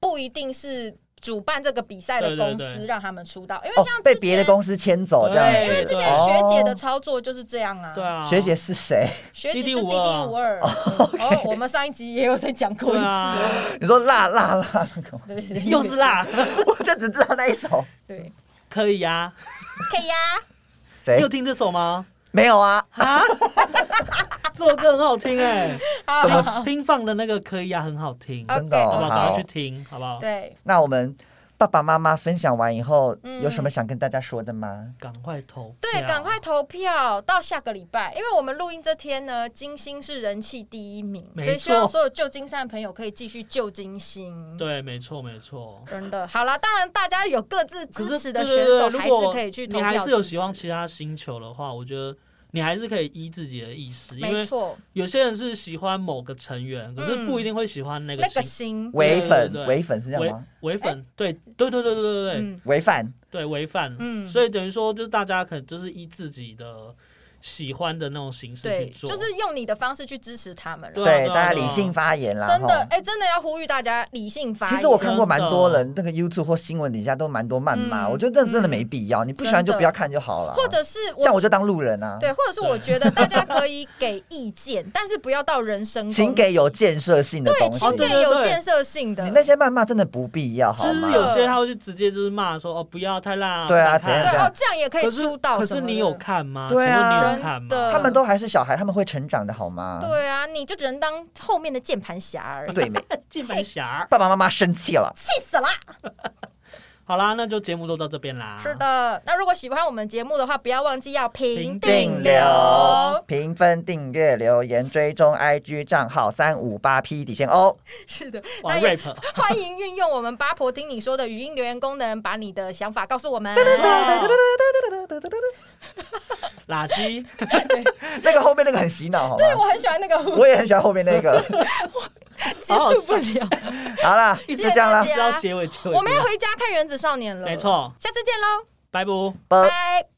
S2: 不一定是主办这个比赛的
S3: 对对
S2: 公
S3: 对
S2: 司让他们出道，因为
S1: 哦
S2: 像，
S1: 被
S2: 之
S1: 别的
S2: 前
S1: 公司牵走这
S2: 对，因为
S1: 样
S2: 之
S1: 子。
S2: 前学姐的
S1: 哦
S2: 操作就是这样啊。
S3: 对啊，
S1: 学姐是谁？
S2: 学姐
S3: 滴滴
S2: 就滴
S3: 五
S2: 滴
S3: 二啊
S2: 五二。哦，我们上一集也有在讲过一
S3: 对
S2: 次，
S3: 啊，
S1: 你说辣辣辣那个吗，
S2: 对不对？
S3: 又是，辣，
S1: 我就只知道那一首。
S2: 对，
S3: 可以呀。
S2: 可以呀。
S1: 谁
S3: 你有？听这首吗？
S1: 没有啊？
S3: 啊，这首歌很好听哎，
S2: 好
S1: 怎么
S2: 好好
S3: 拼放的那个可以呀，很好听，
S2: 啊
S1: 真的哦
S3: 好不好？赶快
S1: 好
S3: 去。听，好不好？
S2: 对，
S1: 那我们爸爸妈妈分享完以后，
S2: 嗯
S1: 有什么想跟大家说的吗？
S3: 赶快投，
S2: 对，赶快。投票到下个礼拜，因为我们录音这天呢，金星是人气第一名，
S3: 没
S2: 所以希
S3: 错
S2: 望所有旧金山的朋友可以继续救金星。
S3: 对，没错，没错。
S2: 真的，好啦，当然大家有各自
S3: 可
S2: 支
S3: 是
S2: 持的
S3: 对
S2: 选
S3: 对对
S2: 手
S3: 如
S2: 还是
S3: 果
S2: 可以去投
S3: 你
S2: 票
S3: 还是有
S2: 支
S3: 喜望
S2: 持
S3: 其他星球的话，我觉得你还是可以依自己的意识，因
S2: 没
S3: 为
S2: 错，嗯
S3: 有些人是喜欢某个成员，可是不一定会喜欢那个
S2: 那个
S3: 星。
S2: 星，
S1: 唯粉
S3: 对对，对
S1: 唯粉是这
S3: 违
S1: 样吗？
S3: 违粉，对对对对对对对
S2: 嗯，
S1: 违反
S3: 对违反，
S2: 嗯
S3: 所以等于说就是大家可能就是依自己的喜欢的那种形式
S2: 对，
S3: 去做，
S2: 就是用你的方式去支持他们啦。
S3: 对啊
S1: 对，
S3: 对啊
S1: 大家
S3: 对啊
S1: 理性发言啦。
S2: 真的，
S1: 吼
S2: 哎、真的要呼吁大家理性发言。
S1: 其实我看过
S3: 真的
S1: 蛮多人，那个 YouTube 或新闻底下都蛮多谩骂，
S2: 嗯
S1: 我觉得这真的没必要，你不喜欢就不要看就好了。
S2: 或者是
S1: 像
S2: 我
S1: 我就当路人啊，
S2: 对，或者是我觉得大家可以给意见，但是不要到人身攻击，
S1: 请给有建设性的
S2: 对，
S1: 东西
S2: 请。给
S3: 哦对
S2: 有
S3: 对
S2: 建设性的
S1: 你。那些谩骂真的不必要，好
S3: 就
S1: 吗
S3: 是？有些他会去直接就是骂说哦不要太辣啊，
S1: 对啊
S3: 不想看
S2: 对
S1: 怎
S2: 哦
S1: 样，
S2: 这样也可以
S3: 可是
S2: 出道
S3: 可
S2: 什
S3: 是
S2: 么
S3: 你
S2: 的
S3: 有看吗？
S1: 对啊
S3: 请问你有
S2: 啊
S3: 看
S2: 真的
S3: 吗？
S1: 他们都还是小孩，他们会成长的好吗？
S2: 对啊，你就只能当后面的键盘侠
S3: 啊
S2: 而 已，
S1: 对没？
S3: 键盘侠。
S1: 爸爸妈妈生气了，
S2: 气死啦！
S3: 好啦，那就节目都到这边啦。
S2: 是，的，那如果喜欢我们节目的话，不要忘记要评
S3: 评
S2: 定
S1: 定
S2: 流
S1: 流。评分、订阅、留言、追踪 IG 账号三五八 P 底线哦。
S2: 是的，
S3: 哇
S2: 那也
S3: ，rap，
S2: 欢迎运用我们八婆听你说的语音留言功能，把你的想法告诉我们。
S3: 垃圾，
S1: 那个后面那个很洗脑，好吗？
S2: 我很喜欢那个
S1: 我也很喜欢后面那个。
S2: 结束不了。
S1: 好啦，
S3: 一
S1: 就
S3: 直
S1: 这样啦
S2: 谢谢大，家
S3: 知道结尾结尾不要，
S2: 我们要回家看《原子少年》了，
S3: 没，错，
S2: 下次见喽，
S3: 拜拜。
S1: 拜。
S2: 拜。